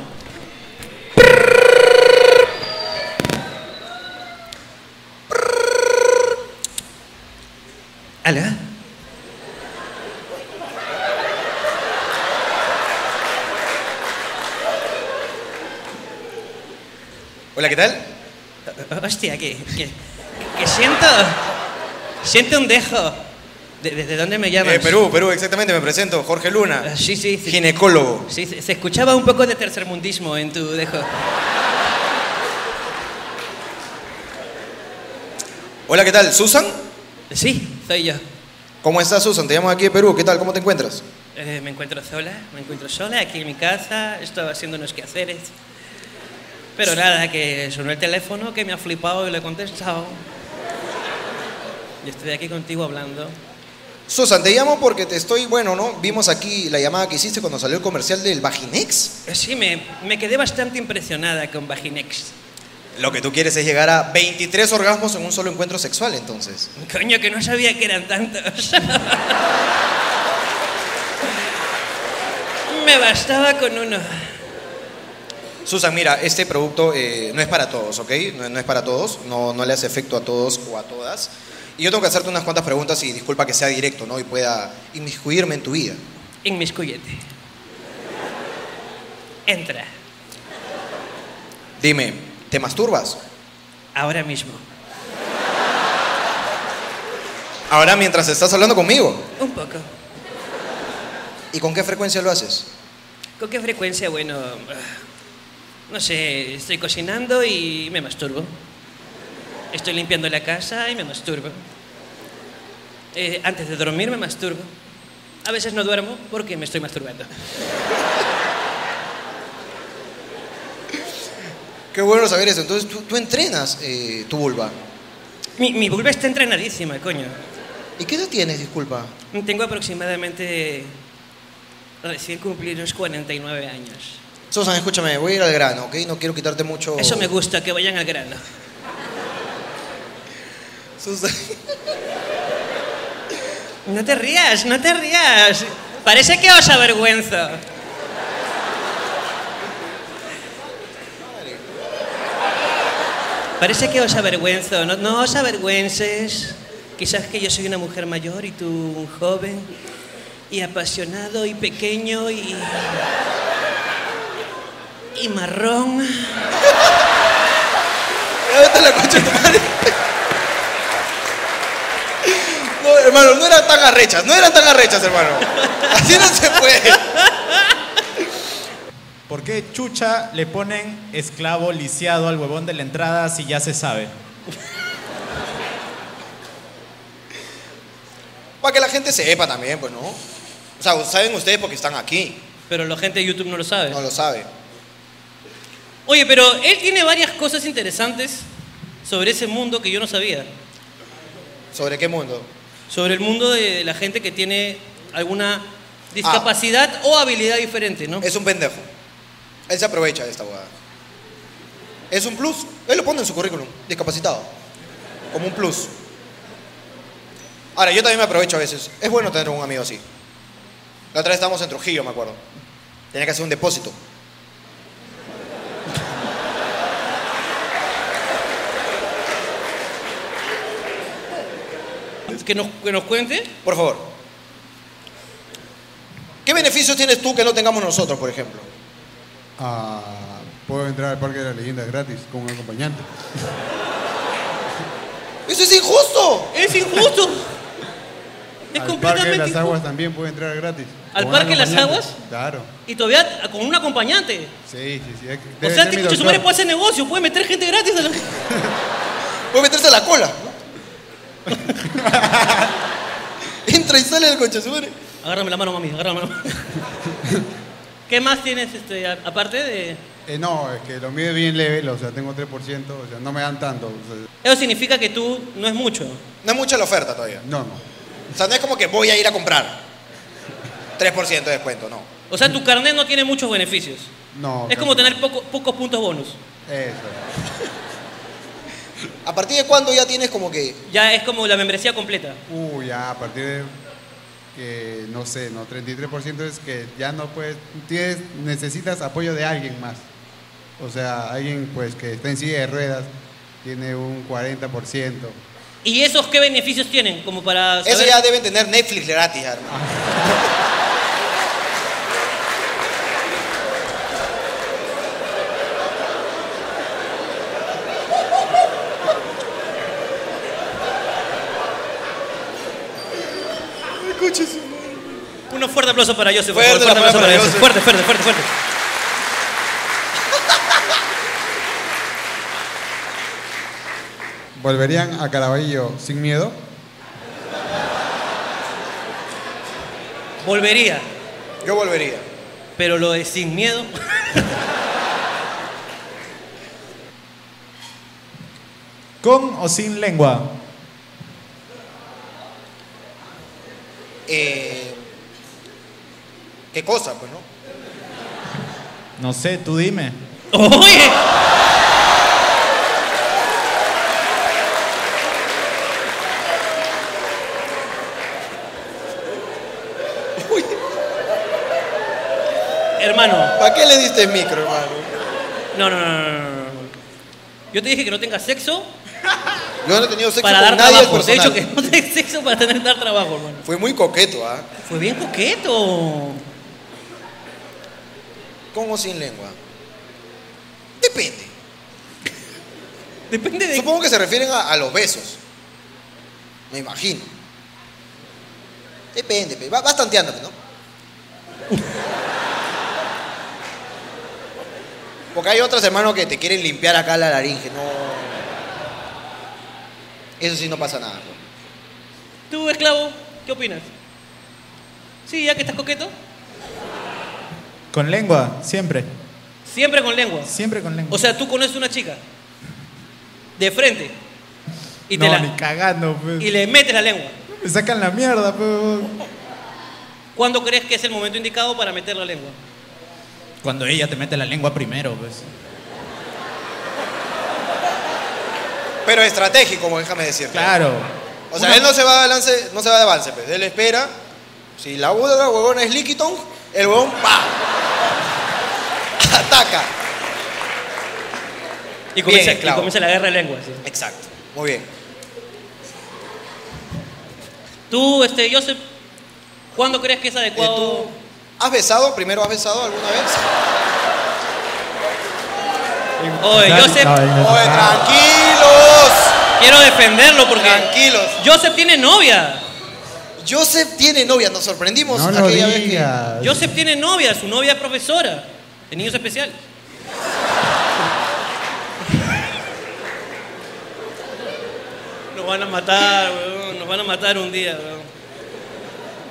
Speaker 1: ¿Alá?
Speaker 3: Hola, ¿qué tal?
Speaker 1: Oh, Hostia, que, que, que siento... Siento un dejo. ¿De- ¿Desde dónde me llamas?
Speaker 3: Eh, Perú, Perú, exactamente, me presento, Jorge
Speaker 1: Ah,
Speaker 3: Luna,
Speaker 1: Sí, sí. sí.
Speaker 3: ginecólogo.
Speaker 1: Sí, se, se escuchaba un poco de tercermundismo en tu dejo.
Speaker 3: Hola, ¿qué tal? ¿Susan?
Speaker 1: Sí, soy yo.
Speaker 3: ¿Cómo estás, Susan? Te llamo aquí de Perú, ¿qué tal? ¿Cómo te encuentras?
Speaker 1: Eh, me encuentro sola, me encuentro sola aquí en mi casa, estaba haciendo unos quehaceres. Pero nada, que sonó el teléfono, que me ha flipado y le he contestado. Y estoy aquí contigo hablando.
Speaker 3: Susan, te llamo porque te estoy, bueno, ¿no? Vimos aquí la llamada que hiciste cuando salió el comercial del Vaginex.
Speaker 1: Eh, Sí, me, me quedé bastante impresionada con Vaginex.
Speaker 3: Lo que tú quieres es llegar a 23 orgasmos en un solo encuentro sexual, entonces.
Speaker 1: Coño, que no sabía que eran tantos. *laughs* me bastaba con uno.
Speaker 3: Susan, mira, este producto eh, no es para todos, ¿ok? No, no es para todos, no, no le hace efecto a todos o a todas. Y yo tengo que hacerte unas cuantas preguntas y disculpa que sea directo, ¿no? Y pueda inmiscuirme en tu vida.
Speaker 1: Inmiscuyete. Entra,
Speaker 3: Dime, ¿te masturbas?
Speaker 1: ahora mismo.
Speaker 3: Ahora mientras estás hablando conmigo.
Speaker 1: Un poco.
Speaker 3: ¿Y con qué frecuencia lo haces?
Speaker 1: ¿Con qué frecuencia? Bueno, ah, no sé, estoy cocinando y me masturbo. Estoy limpiando la casa y me masturbo. Eh, antes de dormir me masturbo. A veces no duermo porque me estoy masturbando.
Speaker 3: Qué bueno saber eso. Entonces, tú, tú entrenas eh, tu vulva.
Speaker 1: Mi, mi vulva está entrenadísima, coño.
Speaker 3: ¿Y qué edad tienes, disculpa?
Speaker 1: Tengo aproximadamente recién cumplidos 49 años.
Speaker 3: Susan, escúchame, voy a ir al grano, ¿ok? No quiero quitarte mucho...
Speaker 1: Eso me gusta, que vayan al grano.
Speaker 3: *laughs* Susan...
Speaker 1: No te rías, no te rías. Parece que os avergüenzo. Parece que os avergüenzo. No, no os avergüences. Quizás que yo soy una mujer mayor y tú un joven y apasionado y pequeño y... Y marrón.
Speaker 3: Ya vete a la concha de tu madre. *laughs* No, hermano, no eran tan arrechas, no eran tan arrechas, hermano. Así no se puede.
Speaker 4: ¿Por qué chucha le ponen esclavo lisiado al huevón de la entrada si ya se sabe?
Speaker 3: Para que la gente sepa también, pues no. O sea, saben ustedes porque están aquí,
Speaker 1: Pero la gente de YouTube no lo sabe.
Speaker 3: no lo sabe.
Speaker 1: Oye, pero él tiene varias cosas interesantes sobre ese mundo que yo no sabía.
Speaker 3: ¿Sobre qué mundo?
Speaker 1: Sobre el mundo de la gente que tiene alguna
Speaker 5: Ah.
Speaker 1: discapacidad o habilidad diferente, ¿no?
Speaker 3: Es un pendejo. Él se aprovecha de esta huevada. Es un plus. Él lo pone en su currículum, discapacitado. Como un plus. Ahora, yo también me aprovecho a veces. Es bueno tener un amigo así. La otra vez estábamos en Trujillo, me acuerdo. Tenía que hacer un depósito.
Speaker 1: Que, nos, que nos cuente.
Speaker 3: Por favor. ¿Qué beneficios tienes tú que no tengamos nosotros, por ejemplo?
Speaker 5: Ah, puedo entrar al Parque de las Leyendas gratis con un acompañante.
Speaker 3: ¡Eso es injusto!
Speaker 1: Es
Speaker 5: *laughs*
Speaker 1: injusto. es
Speaker 5: al Parque de
Speaker 1: completamente
Speaker 5: las
Speaker 1: injusto.
Speaker 5: Aguas también puedo entrar gratis.
Speaker 1: ¿Al
Speaker 5: con un
Speaker 1: Parque de las
Speaker 5: acompañante.
Speaker 1: Aguas?
Speaker 5: Claro.
Speaker 1: Y todavía con un acompañante.
Speaker 5: Sí, sí, sí.
Speaker 1: O
Speaker 5: Debe
Speaker 1: sea,
Speaker 5: ser
Speaker 1: que
Speaker 5: mi
Speaker 1: escucha su
Speaker 5: doctor.
Speaker 1: madre puede hacer negocio, puede meter gente gratis. a la-
Speaker 3: Puede meterse a la cola. *laughs* Entra y sale del coche, su madre.
Speaker 5: *laughs*
Speaker 1: Agárrame la mano, mami, agárrame la mano. ¿Qué más tienes este, a- aparte de...?
Speaker 5: Eh, no, es que lo mide bien leve, o sea, tengo 3%, o sea, no me dan tanto. o sea,
Speaker 1: Eso significa que tú no es mucho.
Speaker 3: No es mucha la oferta todavía.
Speaker 5: no, no.
Speaker 3: O sea, no es como que voy a ir a comprar 3% de descuento, no.
Speaker 1: O sea, tu carnet no tiene muchos beneficios.
Speaker 5: No.
Speaker 1: Es como
Speaker 5: claro.
Speaker 1: tener poco- pocos puntos bonus.
Speaker 5: Eso.
Speaker 3: ¿A partir de cuándo ya tienes como que
Speaker 1: Ya es como la membresía completa.
Speaker 5: Uy, ya, a partir de que no sé, no, 33% es que ya no puedes, tienes, necesitas apoyo de alguien más. O sea, alguien pues que está en silla de ruedas tiene un 40%.
Speaker 1: ¿Y esos qué beneficios tienen? Como para
Speaker 3: Eso
Speaker 1: saber-
Speaker 3: ya deben tener Netflix gratis, hermano.
Speaker 1: Un fuerte aplauso para Joseph. por favor,
Speaker 3: Fuerte
Speaker 1: Fuerte,
Speaker 3: la palabra
Speaker 1: aplauso para
Speaker 3: para
Speaker 1: Joseph.
Speaker 3: Joseph.
Speaker 1: Fuerte, fuerte, fuerte, fuerte.
Speaker 5: ¿Volverían a Caraballo sin miedo?
Speaker 1: Volvería,
Speaker 3: Yo volvería.
Speaker 1: pero lo de sin miedo. *laughs*
Speaker 4: ¿Con o sin lengua?
Speaker 3: Eh, ¿Qué cosa, pues, no?
Speaker 4: No sé, tú dime.
Speaker 1: ¡Oye! Hermano,
Speaker 3: ¿Para qué le diste el micro, hermano?
Speaker 1: no, no, no, no, no, no, no. Yo te dije que no tengas sexo
Speaker 3: Yo no he tenido sexo
Speaker 1: para
Speaker 3: con
Speaker 1: dar
Speaker 3: nadie del
Speaker 1: trabajo. Te he dicho
Speaker 3: personal.
Speaker 1: que no tengas sexo para tener dar trabajo, hermano.
Speaker 3: Fue muy coqueto, ¿ah?
Speaker 1: Fue bien coqueto.
Speaker 3: ¿Con o sin lengua? Depende.
Speaker 1: Depende de.
Speaker 3: Supongo que se refieren a, a los besos. Me imagino. Depende, pe. Va- vas tanteando, pe, ¿no? Porque hay otros hermanos que te quieren limpiar acá la laringe, no. Eso sí no pasa nada. pe.
Speaker 1: Tú, esclavo, ¿qué opinas? Sí, ya que estás coqueto,
Speaker 4: Con lengua, siempre.
Speaker 1: siempre con lengua.
Speaker 4: Siempre con lengua.
Speaker 1: O sea, tú conoces una chica de frente y, te
Speaker 4: no,
Speaker 1: la-
Speaker 4: ni cagando, pues.
Speaker 1: y le metes la lengua.
Speaker 4: Me sacan la mierda, pues.
Speaker 1: ¿Cuándo crees que es el momento indicado para meter la lengua?
Speaker 4: Cuando ella te mete la lengua primero, pues.
Speaker 3: Pero estratégico, como déjame decirte.
Speaker 4: Claro.
Speaker 3: O sea, él no se va de avance, no se va de avance, pe. él espera. Si la otra huevona es Liquiton, el huevón pa. Ataca.
Speaker 1: Y comienza,
Speaker 3: Bien, esclavo.
Speaker 1: y comienza la guerra de lenguas. sí.
Speaker 3: Exacto. Muy bien.
Speaker 1: Tú, este, Joseph, ¿cuándo crees que es
Speaker 3: Eh,
Speaker 1: adecuado?
Speaker 3: ¿Tú has besado? ¿Primero has besado alguna vez?
Speaker 1: Oye, Joseph,
Speaker 3: Oye, tranquilos.
Speaker 1: quiero defenderlo porque
Speaker 3: Tranquilos.
Speaker 1: Joseph tiene novia.
Speaker 3: Joseph tiene novia, nos sorprendimos
Speaker 5: No lo
Speaker 3: aquella vez que.
Speaker 5: digas.
Speaker 1: Joseph tiene novia, su novia es profesora de niños especiales. Nos van a matar, weón. Nos van a matar un día, weón.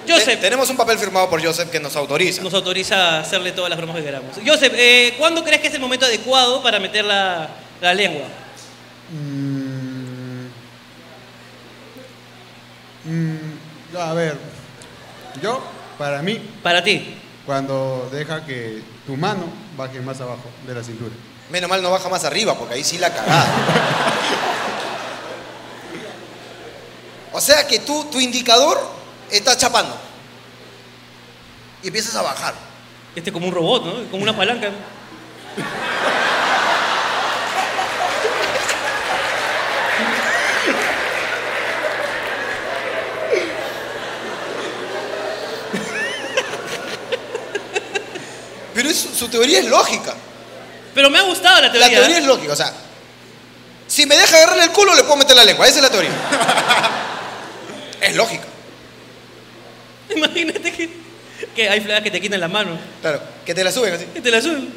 Speaker 3: Te-
Speaker 1: Joseph
Speaker 3: Tenemos un papel firmado por Joseph que nos autoriza.
Speaker 1: nos autoriza a hacerle todas las bromas que queramos. Joseph, eh, ¿cuándo crees que es el momento adecuado para meter la, la lengua?
Speaker 5: Mm. Mm, a ver, yo, para mí,
Speaker 1: Para ti.
Speaker 5: cuando deja que tu mano baje más abajo de la cintura.
Speaker 3: Menos mal no baja más arriba, porque ahí sí la cagada. o sea que tú, tu indicador está chapando. Y empiezas a bajar.
Speaker 1: Este es como un robot, ¿no? Como una palanca. ¿no?
Speaker 3: Pero es- su teoría es lógica.
Speaker 1: Pero me ha gustado la teoría.
Speaker 3: La teoría es lógica, o sea, si me deja agarrarle el culo, le puedo meter la lengua. Esa es la *laughs* teoría. es lógica.
Speaker 1: *laughs* Imagínate que, que hay flagas que te quitan la mano. Este
Speaker 3: Claro, que te la suben así.
Speaker 1: Que te la suben.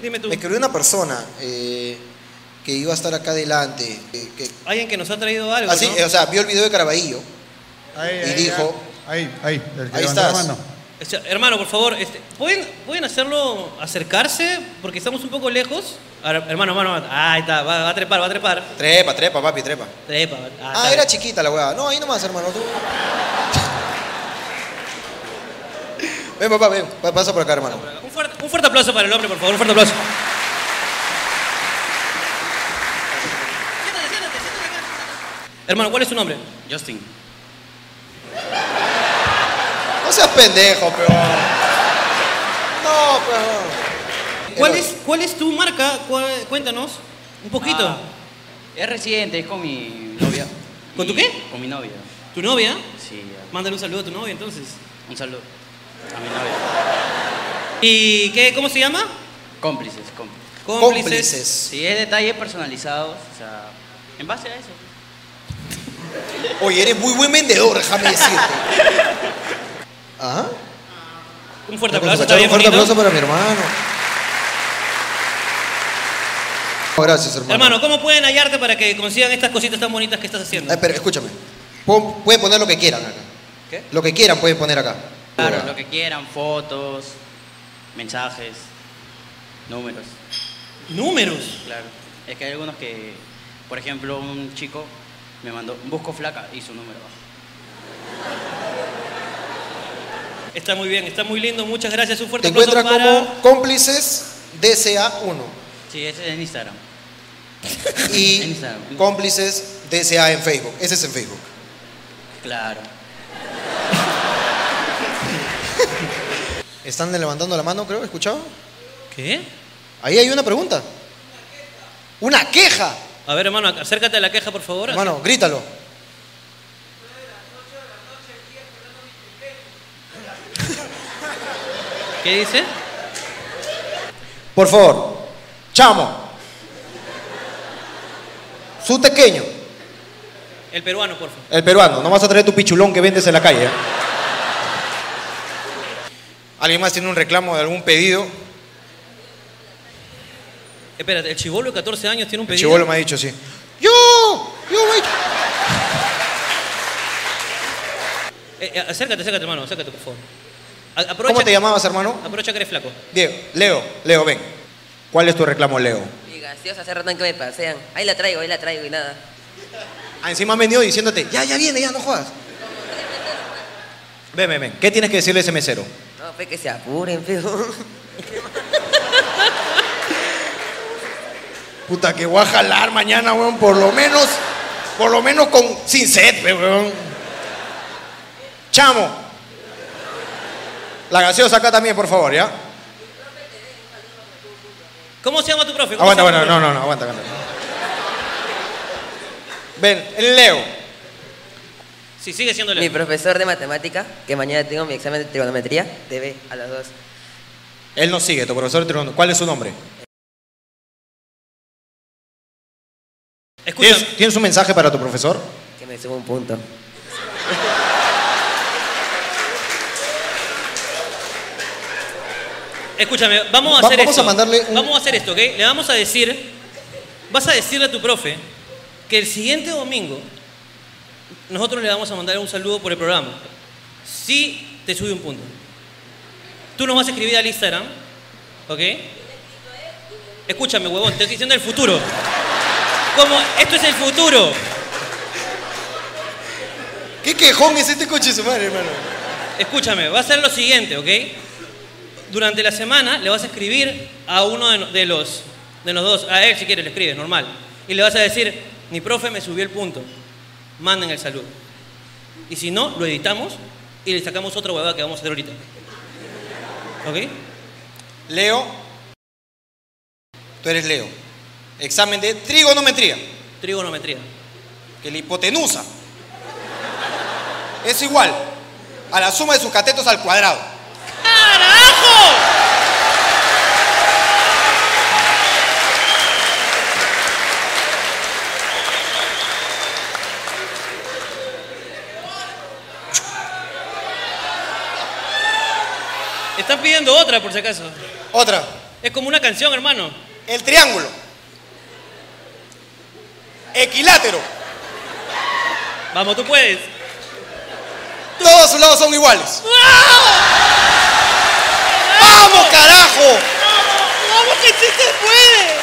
Speaker 1: Dime tú.
Speaker 3: Me escribió una persona eh, que iba a estar acá adelante. eh, que-
Speaker 1: Alguien que nos ha traído algo,
Speaker 3: así,
Speaker 1: ¿no?
Speaker 3: eh, o sea, vio el video de Caraballo
Speaker 5: Ahí,
Speaker 3: Y dijo-
Speaker 5: Ahí, ahí, el que
Speaker 3: Ahí
Speaker 5: levantó la
Speaker 3: estás.
Speaker 5: mano.
Speaker 1: O sea, hermano, por favor, este, ¿pueden, ¿pueden hacerlo acercarse? Porque estamos un poco lejos. Ahora, hermano, hermano, hermano. ahí está, va, va a trepar, va a trepar.
Speaker 3: Trepa, trepa, papi, trepa.
Speaker 1: Trepa.
Speaker 3: Ah,
Speaker 1: está
Speaker 3: era
Speaker 1: bien.
Speaker 3: chiquita la hueá. No, ahí nomás, hermano. Tú. ven, papá, ven. Pa- Pasa por acá, hermano.
Speaker 1: Un fuerte, un fuerte aplauso para el hombre, por favor, un fuerte aplauso.
Speaker 6: Siéntate, siéntate, siéntate acá.
Speaker 1: Hermano, ¿cuál es su nombre?
Speaker 7: Justin,
Speaker 3: No seas pendejo, peón. No, peón.
Speaker 1: ¿Cuál
Speaker 3: Pero-
Speaker 1: es, cuál es tu marca? Cuá- Cuéntanos un poquito.
Speaker 7: Ah. es reciente, es con mi novia.
Speaker 1: ¿Con
Speaker 7: Y-
Speaker 1: tu qué?
Speaker 7: Con mi novia.
Speaker 1: ¿Tu novia?
Speaker 7: Sí, ya.
Speaker 1: Mándale un saludo a tu novia entonces.
Speaker 7: un saludo a mi novia.
Speaker 1: ¿Y qué, cómo se llama?
Speaker 7: Cómplices, cómplices.
Speaker 3: Cómplices.
Speaker 7: Sí, es detalles personalizados, o sea, en base a eso.
Speaker 3: Oye, eres muy buen vendedor, déjame *laughs* decirte. Ajá.
Speaker 1: Un fuerte
Speaker 3: Vamos
Speaker 1: aplauso.
Speaker 3: a escuchar
Speaker 1: ¿Está
Speaker 3: Ah, un
Speaker 1: bien,
Speaker 3: fuerte
Speaker 1: Juanito?
Speaker 3: aplauso para mi hermano. Oh, Gracias, hermano.
Speaker 1: Hermano, ¿cómo pueden hallarte para que consigan estas cositas tan bonitas que estás haciendo?
Speaker 3: Ay, Eh, pero escúchame. Pon- Pueden poner lo que quieran acá.
Speaker 7: ¿Qué?
Speaker 3: Lo que quieran pueden poner acá.
Speaker 7: Claro,
Speaker 3: Ahora.
Speaker 7: lo que quieran, fotos, mensajes, números,
Speaker 1: Números.
Speaker 7: claro. Es que hay algunos que, por ejemplo, un chico me mandó, busco flaca y su número abajo.
Speaker 1: Está muy bien, está muy lindo. Muchas gracias. Un
Speaker 3: Te
Speaker 1: fuerte aplauso
Speaker 3: encuentran
Speaker 1: para...
Speaker 3: como cómplices DCA1
Speaker 7: Sí, ese es en Instagram. En
Speaker 3: y
Speaker 7: Instagram.
Speaker 3: cómplices DCA en Facebook. Ese es en Facebook.
Speaker 7: Claro.
Speaker 3: Están levantando la mano, creo, ¿escuchado?
Speaker 1: ¿Qué?
Speaker 3: Ahí hay una pregunta. Una queja.
Speaker 1: A ver, hermano, acércate a la queja, por favor.
Speaker 3: Hermano, grítalo.
Speaker 1: ¿Qué dice?
Speaker 3: Por favor, chamo. Su pequeño,
Speaker 1: El peruano, por favor.
Speaker 3: el peruano, no vas a traer tu pichulón que vendes en la calle. ¿eh? ¿Alguien más tiene un reclamo de algún pedido?
Speaker 1: Espérate, el chivolo de 14 años tiene un
Speaker 3: El
Speaker 1: pedido.
Speaker 3: chivolo me ha dicho, sí. Yo, yo, me-
Speaker 1: Eh, eh, acércate, acércate, hermano, acércate, por favor. A- aprovecha,
Speaker 3: ¿Cómo te llamabas, hermano?
Speaker 1: Aprovecha que eres flaco.
Speaker 3: Diego, Leo, Leo, ven. ¿Cuál es tu reclamo, Leo?
Speaker 8: Digas, Dios, hace rato que me pasean. Ahí la traigo, ahí la traigo y nada.
Speaker 3: Ah, encima han venido diciéndote, ya, ya viene, ya no juegas. Ven, ven, ven. ¿Qué tienes que decirle a ese mesero?
Speaker 8: No, pues que se apuren, feo.
Speaker 3: Puta, que voy a jalar mañana, weón, por lo menos, por lo menos con, sin sed, pe, weón. Chamo. La gaseosa acá también, por favor, ¿ya?
Speaker 1: ¿Cómo se llama tu profe? ¿Cómo
Speaker 3: Aguanta,
Speaker 1: se llama
Speaker 3: aguanta,
Speaker 1: tu
Speaker 3: Ah, no,
Speaker 1: profe?
Speaker 3: no, no, aguanta, aguanta. Ven, el Leo.
Speaker 1: Sí, sigue siendo
Speaker 8: Mi
Speaker 1: Leo.
Speaker 8: profesor de matemática, que mañana tengo mi examen de trigonometría, te ve a las dos.
Speaker 3: Él nos sigue, tu profesor de trigono- ¿Cuál es su nombre?
Speaker 1: Escucha,
Speaker 3: ¿Tienes, tienes un mensaje para tu profesor?
Speaker 8: Que me subo un punto.
Speaker 1: escúchame, vamos a
Speaker 3: Va-
Speaker 1: hacer
Speaker 3: vamos
Speaker 1: esto.
Speaker 3: a mandarle un-
Speaker 1: Vamos a hacer esto, ¿ok? Le vamos a decir, vas a decirle a tu profe que el siguiente domingo nosotros le vamos a mandar un saludo por el programa. Si te sube un punto. Tú nos vas a escribir al Instagram, ¿ok? Escúchame, huevón, te estoy diciendo el futuro. Como, esto es el futuro.
Speaker 3: ¿Qué quejón es este coche de su madre, hermano?
Speaker 1: Escúchame, va a ser lo siguiente, ¿ok? Durante la semana le vas a escribir a uno de, no- de los, de los dos, a él si quieres le escribes, normal. Y le vas a decir, mi profe me subió el punto, manden el saludo. Y si no, lo editamos y le sacamos otra huevada que vamos a hacer ahorita. ¿Ok?
Speaker 3: Leo. Tú eres Leo. Examen de trigonometría.
Speaker 1: Trigonometría.
Speaker 3: que la hipotenusa es igual a la suma de sus catetos al cuadrado.
Speaker 1: ¡Carajo! Están pidiendo otra, por si acaso.
Speaker 3: Otra,
Speaker 1: Es como una canción, hermano.
Speaker 3: el triángulo. Equilátero.
Speaker 1: Vamos, tú puedes.
Speaker 3: Todos sus lados son iguales.
Speaker 1: ¡Ah! carajo!
Speaker 9: ¡Vamos que sí se puede!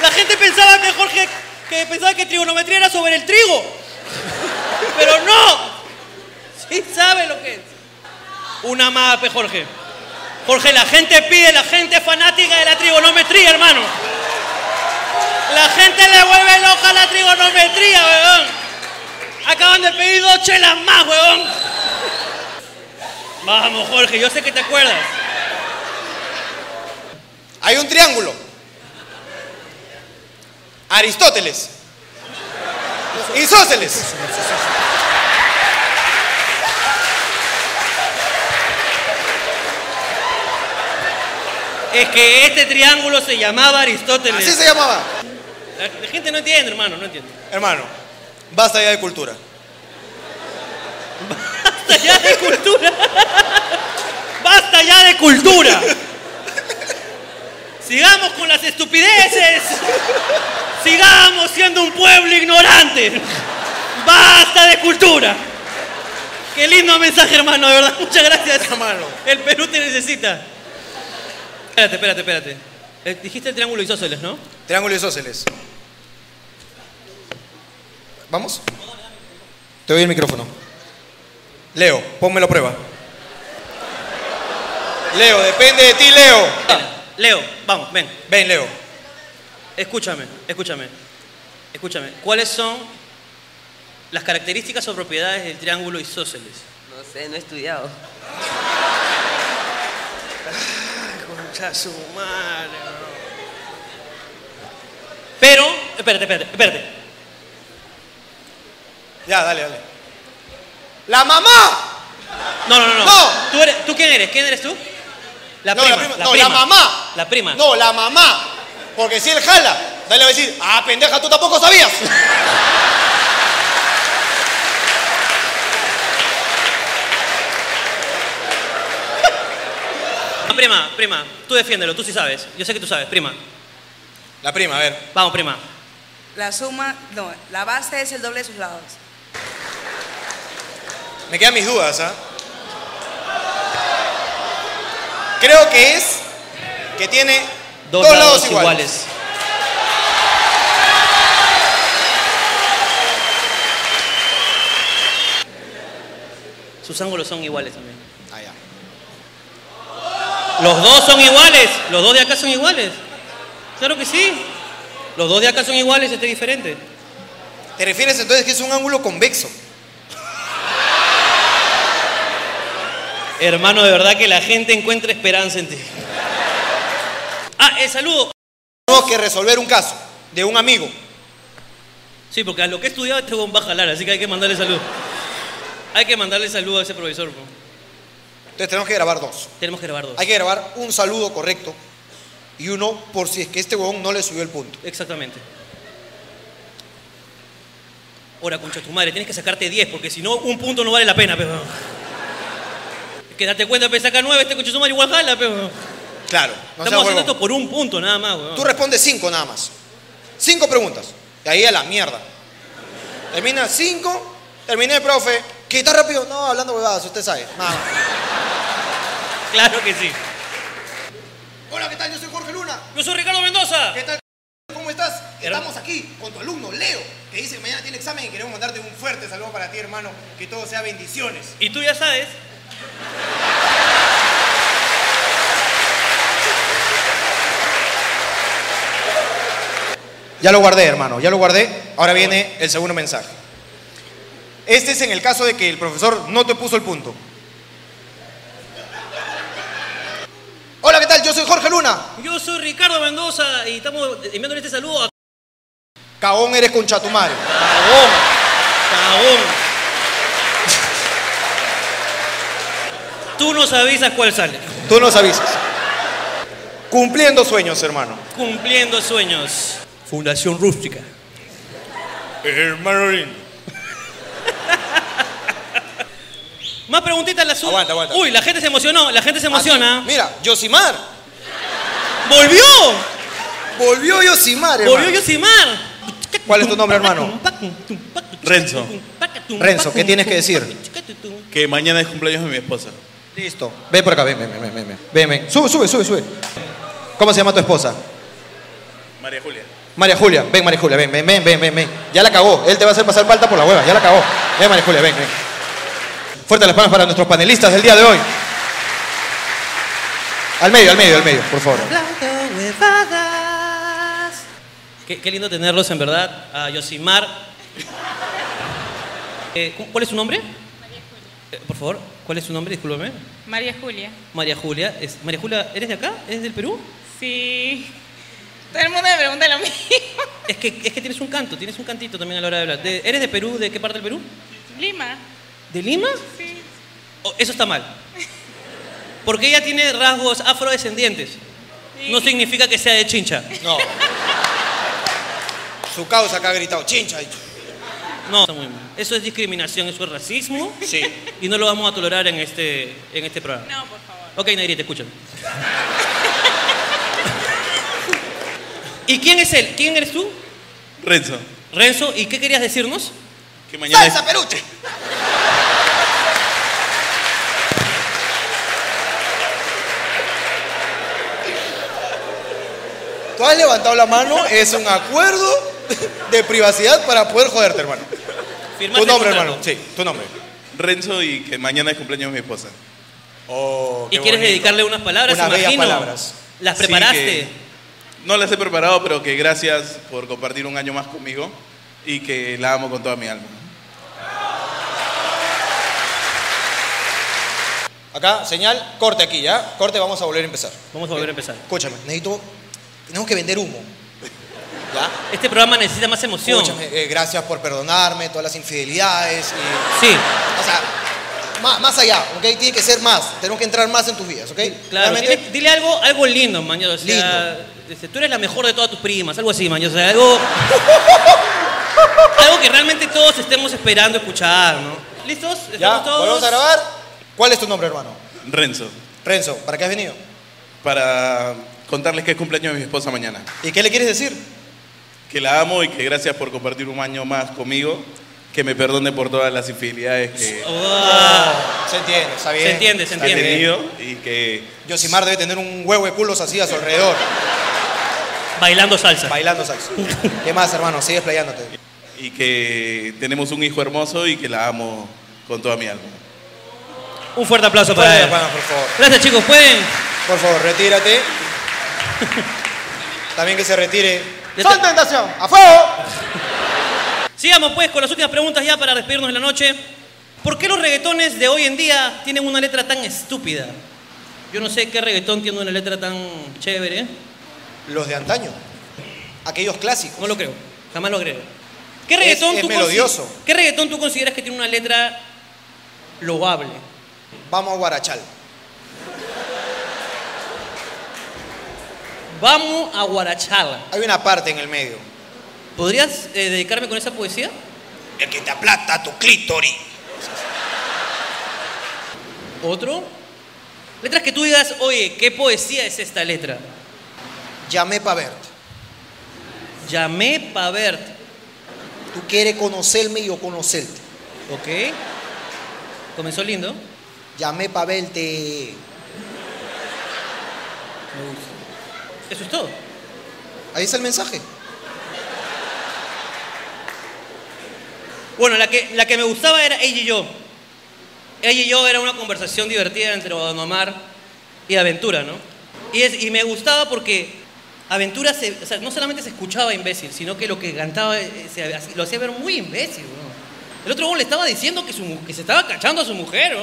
Speaker 1: La gente pensaba que Jorge, que pensaba que trigonometría era sobre el trigo. Pero no. Sí sabe lo que es. Una más, pe, Jorge. Jorge, la gente pide, la gente es fanática de la trigonometría, hermano. La gente le vuelve loca la trigonometría, weón. Acaban de pedir dos chelas más, weón. Vamos, Jorge, yo sé que te acuerdas.
Speaker 3: Hay un triángulo. Aristóteles. Isóceles.
Speaker 1: Es que este triángulo se llamaba Aristóteles.
Speaker 3: Así se llamaba.
Speaker 1: La, la gente no entiende, hermano, no entiende.
Speaker 3: Hermano, basta ya de cultura.
Speaker 1: Basta ya de cultura. Basta ya de
Speaker 3: *laughs*
Speaker 1: cultura. Sigamos con las estupideces. Sigamos siendo un pueblo ignorante. Basta de cultura. Qué lindo mensaje, hermano, de verdad. Muchas gracias, hermano. El Perú te necesita. Espérate, espérate, espérate. Eh, dijiste el triángulo isósceles, ¿no?
Speaker 3: Triángulo isósceles. ¿Vamos? Te doy el micrófono. Leo, ponme la prueba. Leo, depende de ti, Leo.
Speaker 1: Leo, vamos, ven.
Speaker 3: Ven, Leo.
Speaker 1: Escúchame, escúchame. Escúchame. ¿Cuáles son las características o propiedades del triángulo isósceles?
Speaker 8: No sé, no he estudiado.
Speaker 1: Concha su madre, Pero, espérate, espérate, espérate.
Speaker 3: Ya, dale, dale. ¡La mamá!
Speaker 1: No, no, no.
Speaker 3: No.
Speaker 1: ¿Tú, eres- ¿tú quién eres? ¿Quién eres tú? La
Speaker 3: no,
Speaker 1: prima.
Speaker 3: la prima. no, la mamá.
Speaker 1: La prima.
Speaker 3: No, la mamá. Porque si él jala, dale a decir, ah, pendeja, tú tampoco sabías.
Speaker 1: Ah, Prima, prima, tú defiéndelo, tú sí sabes. Yo sé que tú sabes, prima.
Speaker 3: La prima, a ver.
Speaker 1: Vamos, prima.
Speaker 10: La suma, no, la base es el doble de sus lados.
Speaker 3: Me quedan mis dudas, ¿ah? Creo que es que tiene
Speaker 1: Dos, lados, iguales. Sus ángulos son iguales también.
Speaker 3: Ah, ya.
Speaker 1: Los dos son iguales. Los dos de acá son iguales. Claro que sí. Los dos de acá son iguales, este es diferente.
Speaker 3: ¿Te refieres entonces que es un ángulo convexo?
Speaker 1: Hermano, de verdad que la gente encuentra esperanza en ti. Ah, el saludo.
Speaker 3: Tengo que resolver un caso de un amigo.
Speaker 1: Sí, porque a lo que he estudiado este bomba va a jalar, así que hay que mandarle saludo. Hay que mandarle saludo a ese profesor. po.
Speaker 3: Entonces tenemos que grabar dos.
Speaker 1: Tenemos que grabar dos.
Speaker 3: Hay que grabar un saludo correcto y uno por si es que este huevón no le subió el punto.
Speaker 1: Exactamente. Ahora, concha tu madre, tienes que sacarte 10, porque si no, un punto no vale la pena, pero. Que date cuenta, pe, saca 9, este concha tu madre igual jala, pero.
Speaker 3: Claro. No
Speaker 1: Estamos
Speaker 3: seas
Speaker 1: haciendo
Speaker 3: huevón.
Speaker 1: esto por un punto nada más, weón.
Speaker 3: Tú respondes cinco nada más. Cinco preguntas. De ahí a la mierda. Termina cinco. Terminé, profe. ¿Qué está rápido? No, hablando huevadas, usted sabe. Nada más.
Speaker 1: Claro que sí.
Speaker 3: Hola, ¿qué tal? Yo soy Jorge Luna.
Speaker 1: Yo soy Ricardo Mendoza.
Speaker 3: ¿Qué tal? ¿Cómo estás?
Speaker 1: Hermano.
Speaker 3: Estamos aquí con tu alumno Leo, que dice que mañana tiene examen y queremos mandarte un fuerte saludo para ti, hermano. Que todo sea bendiciones.
Speaker 1: Y tú ya sabes.
Speaker 3: Ya lo guardé, hermano, ya lo guardé. Ahora viene el segundo mensaje. Este es en el caso de que el profesor no te puso el punto. Hola, ¿qué tal? Yo soy Jorge Luna.
Speaker 1: Yo soy Ricardo Mendoza y estamos enviándole este saludo a.
Speaker 3: Cagón eres concha tu madre.
Speaker 1: Cagón. Cagón. Tú nos avisas cuál sale.
Speaker 3: Tú nos avisas. Cumpliendo sueños, hermano.
Speaker 1: Cumpliendo sueños. Fundación Rústica.
Speaker 3: Hermano lindo.
Speaker 1: Más preguntitas las
Speaker 3: Aguanta, aguanta. Ah,
Speaker 1: Uy, la gente se emocionó, la gente se emociona.
Speaker 3: Mira, Yosimar.
Speaker 1: ¡Volvió!
Speaker 3: Volvió Yosimar, hermano.
Speaker 1: ¡Volvió Yosimar!
Speaker 3: ¿Cuál es tu nombre, hermano?
Speaker 4: Renzo.
Speaker 3: Renzo, ¿qué tienes que decir?
Speaker 4: Que mañana es cumpleaños de mi esposa.
Speaker 3: Listo. Ven por acá, ven, ven, ven, ven, ven, ven. Ven, ven. Sube, sube, sube, sube. ¿Cómo se llama tu esposa?
Speaker 11: María Julia.
Speaker 3: María Julia, ven María Julia, ven, ven, ven, ven, ven, ven. Ya la cagó, él te va a hacer pasar falta por la hueva, ya la cagó. Ven María Julia, ven, ven. Fuerte las palmas para nuestros panelistas del día de hoy. Al medio, al medio, al medio, por favor.
Speaker 12: Hablando huevadas.
Speaker 1: Qué, qué lindo tenerlos, en verdad. A Yosimar. Eh, ¿cu- ¿Cuál es su nombre? María Julia. por favor, ¿cuál es su nombre? Discúlpame.
Speaker 10: María Julia.
Speaker 1: María Julia. Es, María Julia, ¿eres de acá? ¿Eres del Perú?
Speaker 10: Sí. Todo el mundo me pregunta lo mismo.
Speaker 1: Es que, es que tienes un canto, tienes un cantito también a la hora de hablar. De- ¿Eres de Perú? ¿De qué parte del Perú?
Speaker 10: Lima.
Speaker 1: ¿De Lima?
Speaker 10: Sí.
Speaker 1: Oh, eso está mal. Porque ella tiene rasgos afrodescendientes. No significa que sea de chincha.
Speaker 3: No. Su causa acá ha gritado, chincha.
Speaker 1: No, está muy mal. Eso es discriminación, eso es racismo. Sí. Y no lo vamos a tolerar en este, en este programa.
Speaker 10: No, por favor.
Speaker 1: Ok, Nairi, te escucho. ¿Y quién es él? ¿Quién eres tú?
Speaker 11: Renzo.
Speaker 1: Renzo, ¿y qué querías decirnos?
Speaker 11: Que mañana es-
Speaker 3: peruche! Tú has levantado la mano, es un acuerdo de privacidad para poder joderte, hermano.
Speaker 11: Firmaste
Speaker 3: tu nombre,
Speaker 11: el
Speaker 3: hermano.
Speaker 11: contrato.
Speaker 3: Sí, tu nombre.
Speaker 11: Renzo y que mañana es cumpleaños de mi esposa.
Speaker 3: Oh,
Speaker 1: ¿Y quieres dedicarle unas palabras?
Speaker 11: Unas bellas
Speaker 1: imagino.
Speaker 11: palabras.
Speaker 1: ¿Las
Speaker 11: Sí,
Speaker 1: preparaste?
Speaker 11: que- No las he preparado, pero que gracias por compartir un año más conmigo y que la amo con toda mi alma.
Speaker 3: Acá, señal, corte aquí, ¿ya? Corte, vamos a volver a empezar.
Speaker 1: Vamos a volver a empezar.
Speaker 3: Escúchame, necesito. Tenemos que vender humo. ¿Ya?
Speaker 1: Este programa necesita más emoción.
Speaker 3: Escúchame, eh, gracias por perdonarme, todas las infidelidades. y-
Speaker 1: Sí.
Speaker 3: O sea, más, más allá, ¿ok? Tiene que ser más. Tenemos que entrar más en tus vidas, ¿ok?
Speaker 1: Claro,
Speaker 3: Realmente-
Speaker 1: dile, dile algo, algo lindo, mañana. O sea, dice, tú eres la mejor de todas tus primas, algo así, mañana. O sea, algo, algo que realmente todos estemos esperando escuchar, ¿no? ¿Listos? ¿Estamos
Speaker 3: ¿Ya?
Speaker 1: todos?
Speaker 3: ¿Volvemos a grabar? ¿Cuál es tu nombre, hermano?
Speaker 11: Renzo,
Speaker 3: Renzo, ¿para qué has venido?
Speaker 11: para contarles que es cumpleaños de mi esposa mañana.
Speaker 3: ¿Y qué le quieres decir?
Speaker 11: Que la amo y que gracias por compartir un año más conmigo. Que me perdone por todas las infidelidades que
Speaker 1: Oh,
Speaker 3: Se entiende, está bien.
Speaker 1: Ah. Se entiende, ¿eh? se
Speaker 11: he tenido y que
Speaker 3: Yosimar debe tener un huevo de culos así a su
Speaker 1: *laughs*
Speaker 3: alrededor.
Speaker 1: Bailando salsa.
Speaker 3: Bailando salsa. ¿Qué más, hermano? Sigue explayándote.
Speaker 11: y que tenemos un hijo hermoso y que la amo con toda mi alma.
Speaker 1: Un fuerte aplauso para
Speaker 11: Fuerte
Speaker 1: él.
Speaker 11: aplauso,
Speaker 3: por favor.
Speaker 1: Gracias, chicos. ¿Pueden?
Speaker 3: Por favor, retírate. También que se retire.
Speaker 1: Ya
Speaker 3: ¡Son
Speaker 1: te-
Speaker 3: tentación! ¡A fuego!
Speaker 1: Sigamos, pues, con las últimas preguntas ya para despedirnos de la noche. ¿Por qué los reggaetones de hoy en día tienen una letra tan estúpida? Yo no sé qué reggaetón tiene una letra tan chévere.
Speaker 3: Los de antaño. Aquellos clásicos.
Speaker 1: No lo creo. Jamás lo creo. ¿Qué reggaetón,
Speaker 3: es
Speaker 1: tú consi-
Speaker 3: melodioso.
Speaker 1: ¿Qué reggaetón tú consideras que tiene una letra loable?
Speaker 3: Vamos a Guarachal.
Speaker 1: Vamos a Guarachala.
Speaker 3: Hay una parte en el medio.
Speaker 1: ¿Podrías eh, dedicarme con esa poesía?
Speaker 3: El que te aplasta tu clítoris.
Speaker 1: ¿Otro? Letras que tú digas, oye, ¿qué poesía es esta letra?
Speaker 3: Llamé pa' verte.
Speaker 1: Llamé pa' verte.
Speaker 3: Tú quieres conocerme y yo conocerte.
Speaker 1: Ok. Comenzó lindo.
Speaker 3: Llamé pa' verte.
Speaker 1: Eso es todo.
Speaker 3: Ahí está el mensaje.
Speaker 1: Bueno, la que, la que me gustaba era ella y yo. Ella y yo era una conversación divertida entre Don Omar y Aventura, ¿no? Y, es- y me gustaba porque Aventura se- o sea, no solamente se escuchaba imbécil, sino que lo que cantaba eh, se hacía- lo hacía ver muy imbécil, ¿no? El otro huevón le estaba diciendo que, su mu- que se estaba cachando a su mujer, ¿no?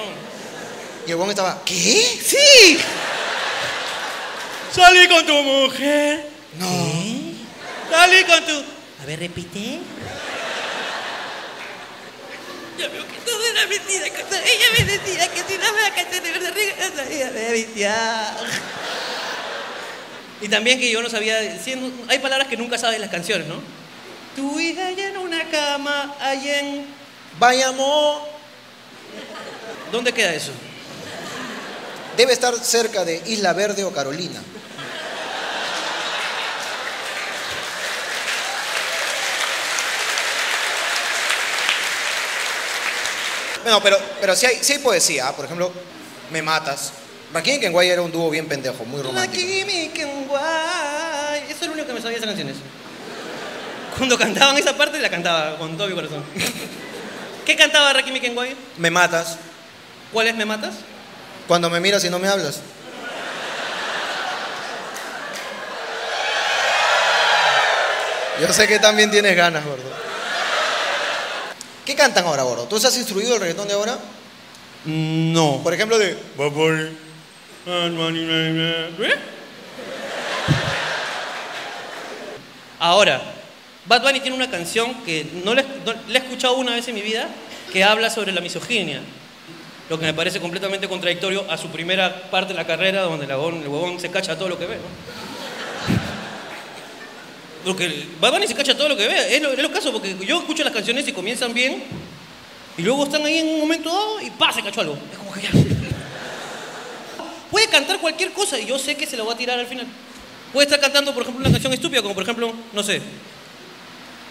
Speaker 3: Y el huevón estaba, ¿qué?
Speaker 1: ¡Sí! Salí con tu mujer. No. Salí con tu. A ver, repite.
Speaker 12: Ya veo que todo era mentira. que todo- Ella me decía que si no me la caché de verdad, regresaba, ella me decía.
Speaker 1: Y también que yo no sabía, sí, no- hay palabras que nunca sabes las canciones, ¿no? Tu hija allá en una cama, allá en...
Speaker 3: Bayamón.
Speaker 1: ¿Dónde queda eso?
Speaker 3: Debe estar cerca de Isla Verde o Carolina. Bueno, pero, pero sí, hay, sí hay poesía. ¿ah? Por ejemplo, Me matas. Rakim y Kenway era un dúo bien pendejo, muy romántico.
Speaker 1: Kimi Kenwai. Eso es lo único que me sabía de esas canciones. Cuando cantaban esa parte, la cantaba con todo mi corazón. *laughs* ¿Qué cantaba Rakimi Kenway?
Speaker 3: Me matas.
Speaker 1: ¿Cuál es Me Matas?
Speaker 3: Cuando me miras y no me hablas. Yo sé que también tienes ganas, gordo. ¿Qué cantan ahora, gordo? ¿Tú se has instruido el reggaetón de ahora?
Speaker 1: No.
Speaker 3: Por ejemplo, de...
Speaker 1: Ahora, Bad Bunny tiene una canción que no la, no- la he escuchado una vez en mi vida que habla sobre la misoginia. Lo que me parece completamente contradictorio a su primera parte de la carrera, donde el huevón, el huevón se cacha todo lo que ve. ¿no? Porque el- Bad Bunny se cacha todo lo que ve. Es lo, es lo caso, porque yo escucho las canciones y comienzan bien, y luego están ahí en un momento dado y pasa, cachó algo. Es como que ya. Puede cantar cualquier cosa y yo sé que se la va a tirar al final. Puede estar cantando, por ejemplo, una canción estúpida, como por ejemplo, no sé.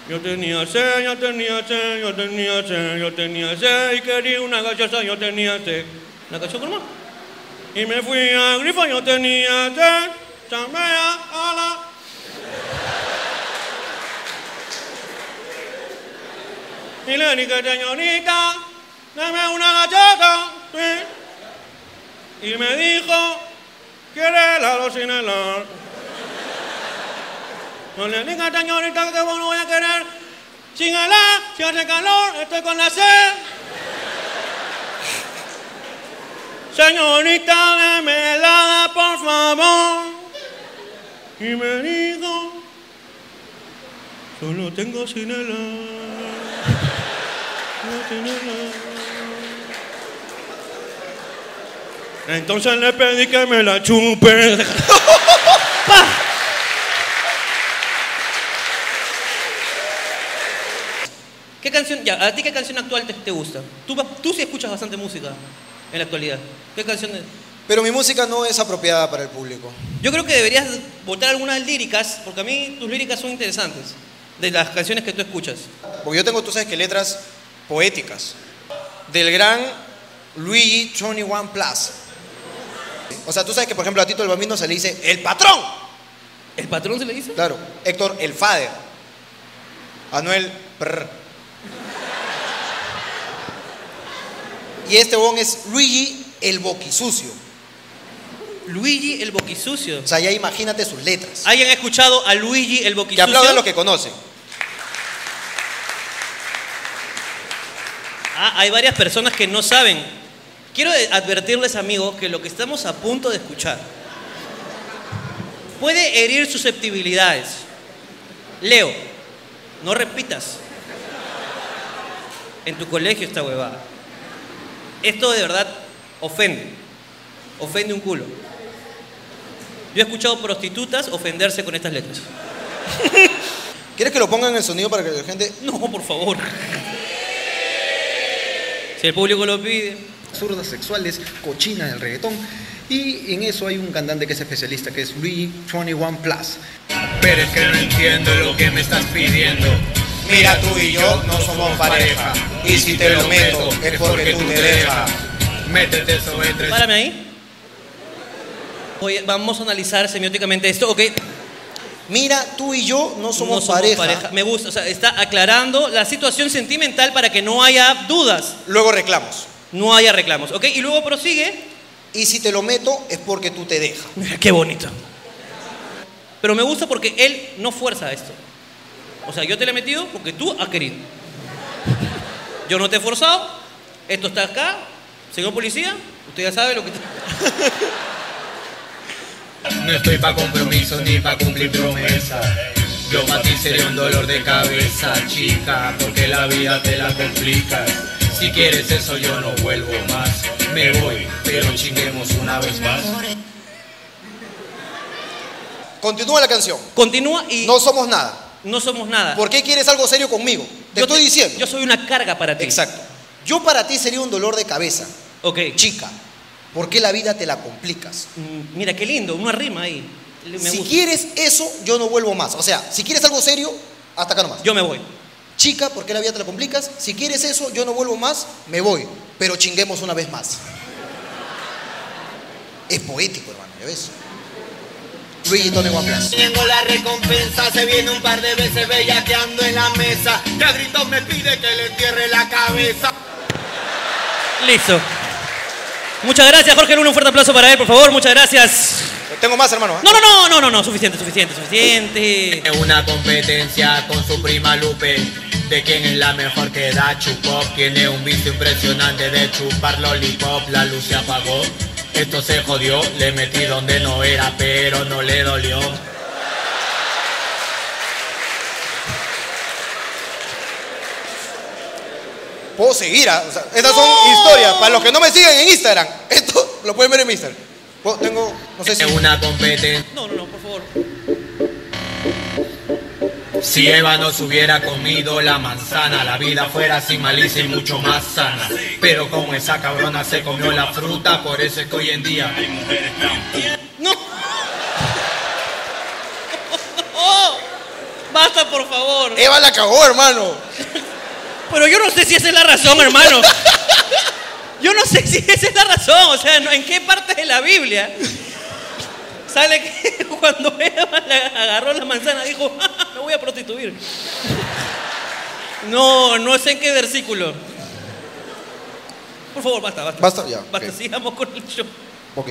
Speaker 1: Yo tenía sed, yo tenía sed, yo tenía sed, yo tenía sed y quería una gaseosa, yo tenía sed. Una canción normal. Y me fui a Grifo, yo tenía sed, chamea, ala. Y le dije, señorita, dame una gaseosa. sí. Y me dijo, ¿quiere helado sin helado? No le diga, señorita, que vos no voy a querer. Chingala, si hace calor, estoy con la sed. Señorita, deme helada, por favor. Y me dijo, solo tengo sin helada. No sin helada". Entonces le pedí que me la chupe. ¡Pa! ¿Qué canción, ya, a ti qué canción actual te, te gusta? Tú, va- tú sí escuchas bastante música en la actualidad. ¿Qué canción? es?
Speaker 3: Pero mi música no es apropiada para el público.
Speaker 1: Yo creo que deberías votar algunas líricas, porque a mí tus líricas son interesantes, de las canciones que tú escuchas.
Speaker 3: Porque yo tengo, tú sabes que letras poéticas. Del gran Luigi 21 Plus. O sea, tú sabes que, por ejemplo, a Tito el Bambino se le dice el patrón.
Speaker 1: ¿El patrón se le dice?
Speaker 3: Claro. Héctor, el fader. Anuel, prr. Y este bon es Luigi el boquisucio.
Speaker 1: Luigi el boquisucio.
Speaker 3: O sea, ya imagínate sus letras.
Speaker 1: ¿Alguien ha escuchado a Luigi el
Speaker 3: Que
Speaker 1: boquisucio?
Speaker 3: aplaudan los que conocen.
Speaker 1: Ah, hay varias personas que no saben. Quiero advertirles, amigos, que lo que estamos a punto de escuchar puede herir susceptibilidades. Leo, no repitas. En tu colegio esta huevada. Esto de verdad ofende. Ofende un culo. Yo he escuchado prostitutas ofenderse con estas letras.
Speaker 3: ¿Quieres que lo pongan en el sonido para que la gente...
Speaker 1: No, por favor. Si el público lo pide.
Speaker 13: Zurdas sexuales, cochinas del reggaetón. Y en eso hay un cantante que es especialista, que es Luigi 21 Plus.
Speaker 7: Pero es que no entiendo lo que me estás pidiendo.
Speaker 3: Mira, tú y yo no somos pareja. Y si te lo meto, es porque tú me dejas.
Speaker 7: Métete sobre tres.
Speaker 1: Párame ahí. Oye, vamos a analizar semióticamente esto, ¿ok?
Speaker 3: Mira, tú y yo no
Speaker 1: somos, pareja. Me gusta, o sea, está aclarando la situación sentimental para que no haya dudas.
Speaker 3: Luego reclamos.
Speaker 1: No haya reclamos, ¿ok? Y luego prosigue.
Speaker 3: Y si te lo meto, es porque tú te dejas.
Speaker 1: Qué bonito. Pero me gusta porque él no fuerza esto. O sea, yo te lo he metido porque tú has querido. Yo no te he forzado. Esto está acá. Señor policía, usted ya sabe lo que...
Speaker 7: No estoy pa' compromiso ni pa' cumplir promesas. Yo para ti sería un dolor de cabeza, chica, porque la vida te la complica. Si quieres eso yo no vuelvo más, me voy, pero chinguemos una vez más.
Speaker 3: Continúa la canción.
Speaker 1: Continúa y...
Speaker 3: No somos nada.
Speaker 1: No somos nada.
Speaker 3: ¿Por qué quieres algo serio conmigo? Te estoy diciendo. Yo
Speaker 1: soy una carga para ti.
Speaker 3: Exacto. Yo para ti sería un dolor de cabeza.
Speaker 1: Ok.
Speaker 3: Chica, ¿por qué la vida te la complicas?
Speaker 1: Mm, Mira, qué lindo, una rima ahí. Le- me
Speaker 3: si
Speaker 1: gusta.
Speaker 3: quieres eso, yo no vuelvo más. O sea, si quieres algo serio, hasta acá nomás.
Speaker 1: Yo me voy.
Speaker 3: Chica, ¿por qué la vida te la complicas? Si quieres eso, yo no vuelvo más, me voy. Pero chinguemos una vez más. es poético, hermano, ¿ya ves? Luigi Tony One Plus.
Speaker 7: Tengo la recompensa, se viene un par de veces bellaqueando en la mesa. Que a gritos me pide que le entierre la cabeza.
Speaker 1: Listo. Muchas gracias, Jorge Luna. Un fuerte aplauso para él, por favor. Muchas gracias.
Speaker 14: Tengo más, hermano.
Speaker 1: No, no, no, no, no, no. Suficiente, suficiente, suficiente.
Speaker 7: Una competencia con su prima Lupe. De quien es la mejor que da chupop. Tiene un vicio impresionante de chupar lollipop. La luz se apagó. Esto se jodió. Le metí donde no era, pero no le dolió.
Speaker 14: Puedo seguir. ah? O sea, estas son historias. Para los que no me siguen en Instagram, *laughs* esto lo pueden ver en mi Instagram. Puedo- Tengo, no sé si.
Speaker 7: Una competencia.
Speaker 1: No, no, no, por favor.
Speaker 7: Si Eva nos hubiera comido la manzana, la vida fuera sin malicia y mucho más sana. Pero como esa cabrona se comió la fruta, por eso es que hoy en día hay mujeres
Speaker 1: ¡Oh! Basta, por favor.
Speaker 14: Eva la cagó, hermano.
Speaker 1: Pero yo no sé si esa es la razón, hermano. Yo no sé si esa es la razón. O sea, no- ¿en qué parte de la Biblia sale que *laughs* cuando Eva la- agarró la manzana dijo, "Ah, me voy a prostituir? No, no sé en qué versículo. Por favor, basta, basta.
Speaker 14: Basta, ya,
Speaker 1: Basta,
Speaker 14: ok.
Speaker 1: sigamos con el show.
Speaker 14: Ok.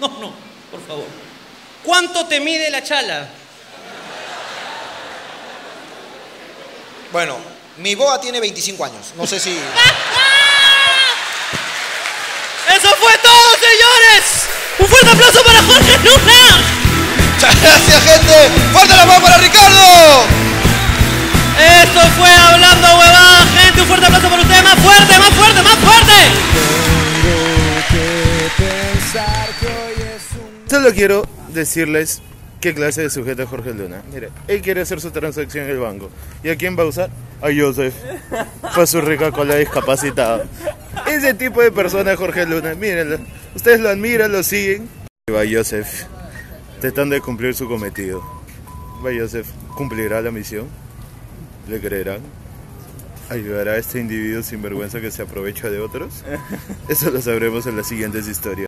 Speaker 1: No, no, por favor. ¿Cuánto te mide la chala?
Speaker 14: Bueno, mi boa tiene 25 años. No sé si.
Speaker 1: ¡Eso fue todo, señores! ¡Un fuerte aplauso para Jorge Luna!
Speaker 14: ¡Muchas gracias, gente! ¡Fuerte la mano para Ricardo!
Speaker 1: Esto fue Hablando Huevada, gente. Un fuerte aplauso para ustedes. ¡Más fuerte, más fuerte, más fuerte!
Speaker 8: Solo quiero decirles qué clase de sujeto es Jorge Luna. Mire, él quiere hacer su transacción en el banco. ¿Y a quién va a usar? A Joseph. Fue su rica cola discapacitada. Ese tipo de persona es Jorge Luna. Mírenlo. Ustedes lo admiran, lo siguen. Va Joseph. Tratando de cumplir su cometido. Va Joseph. ¿Cumplirá la misión? ¿Le creerán? ¿Ayudará a este individuo sinvergüenza que se aprovecha de otros? Eso lo sabremos en las siguientes historias.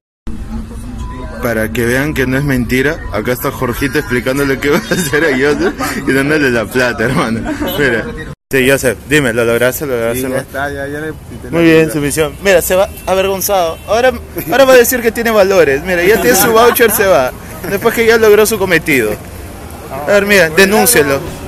Speaker 8: Para que vean que no es mentira, acá está Jorgito explicándole qué va a hacer a Joseph y dándole la plata, hermano. Mira. Sí, Joseph, dime, ¿lo lograste? ¿Lo
Speaker 5: Sí,
Speaker 8: lograste?
Speaker 5: ya
Speaker 8: hermano?
Speaker 5: está, ya, ya le
Speaker 8: Muy bien, su misión. Mira, se va avergonzado. Ahora, ahora va a decir que tiene valores. Mira, ya tiene su voucher, se va. Después que ya logró su cometido. A ver, mira, denúncielo.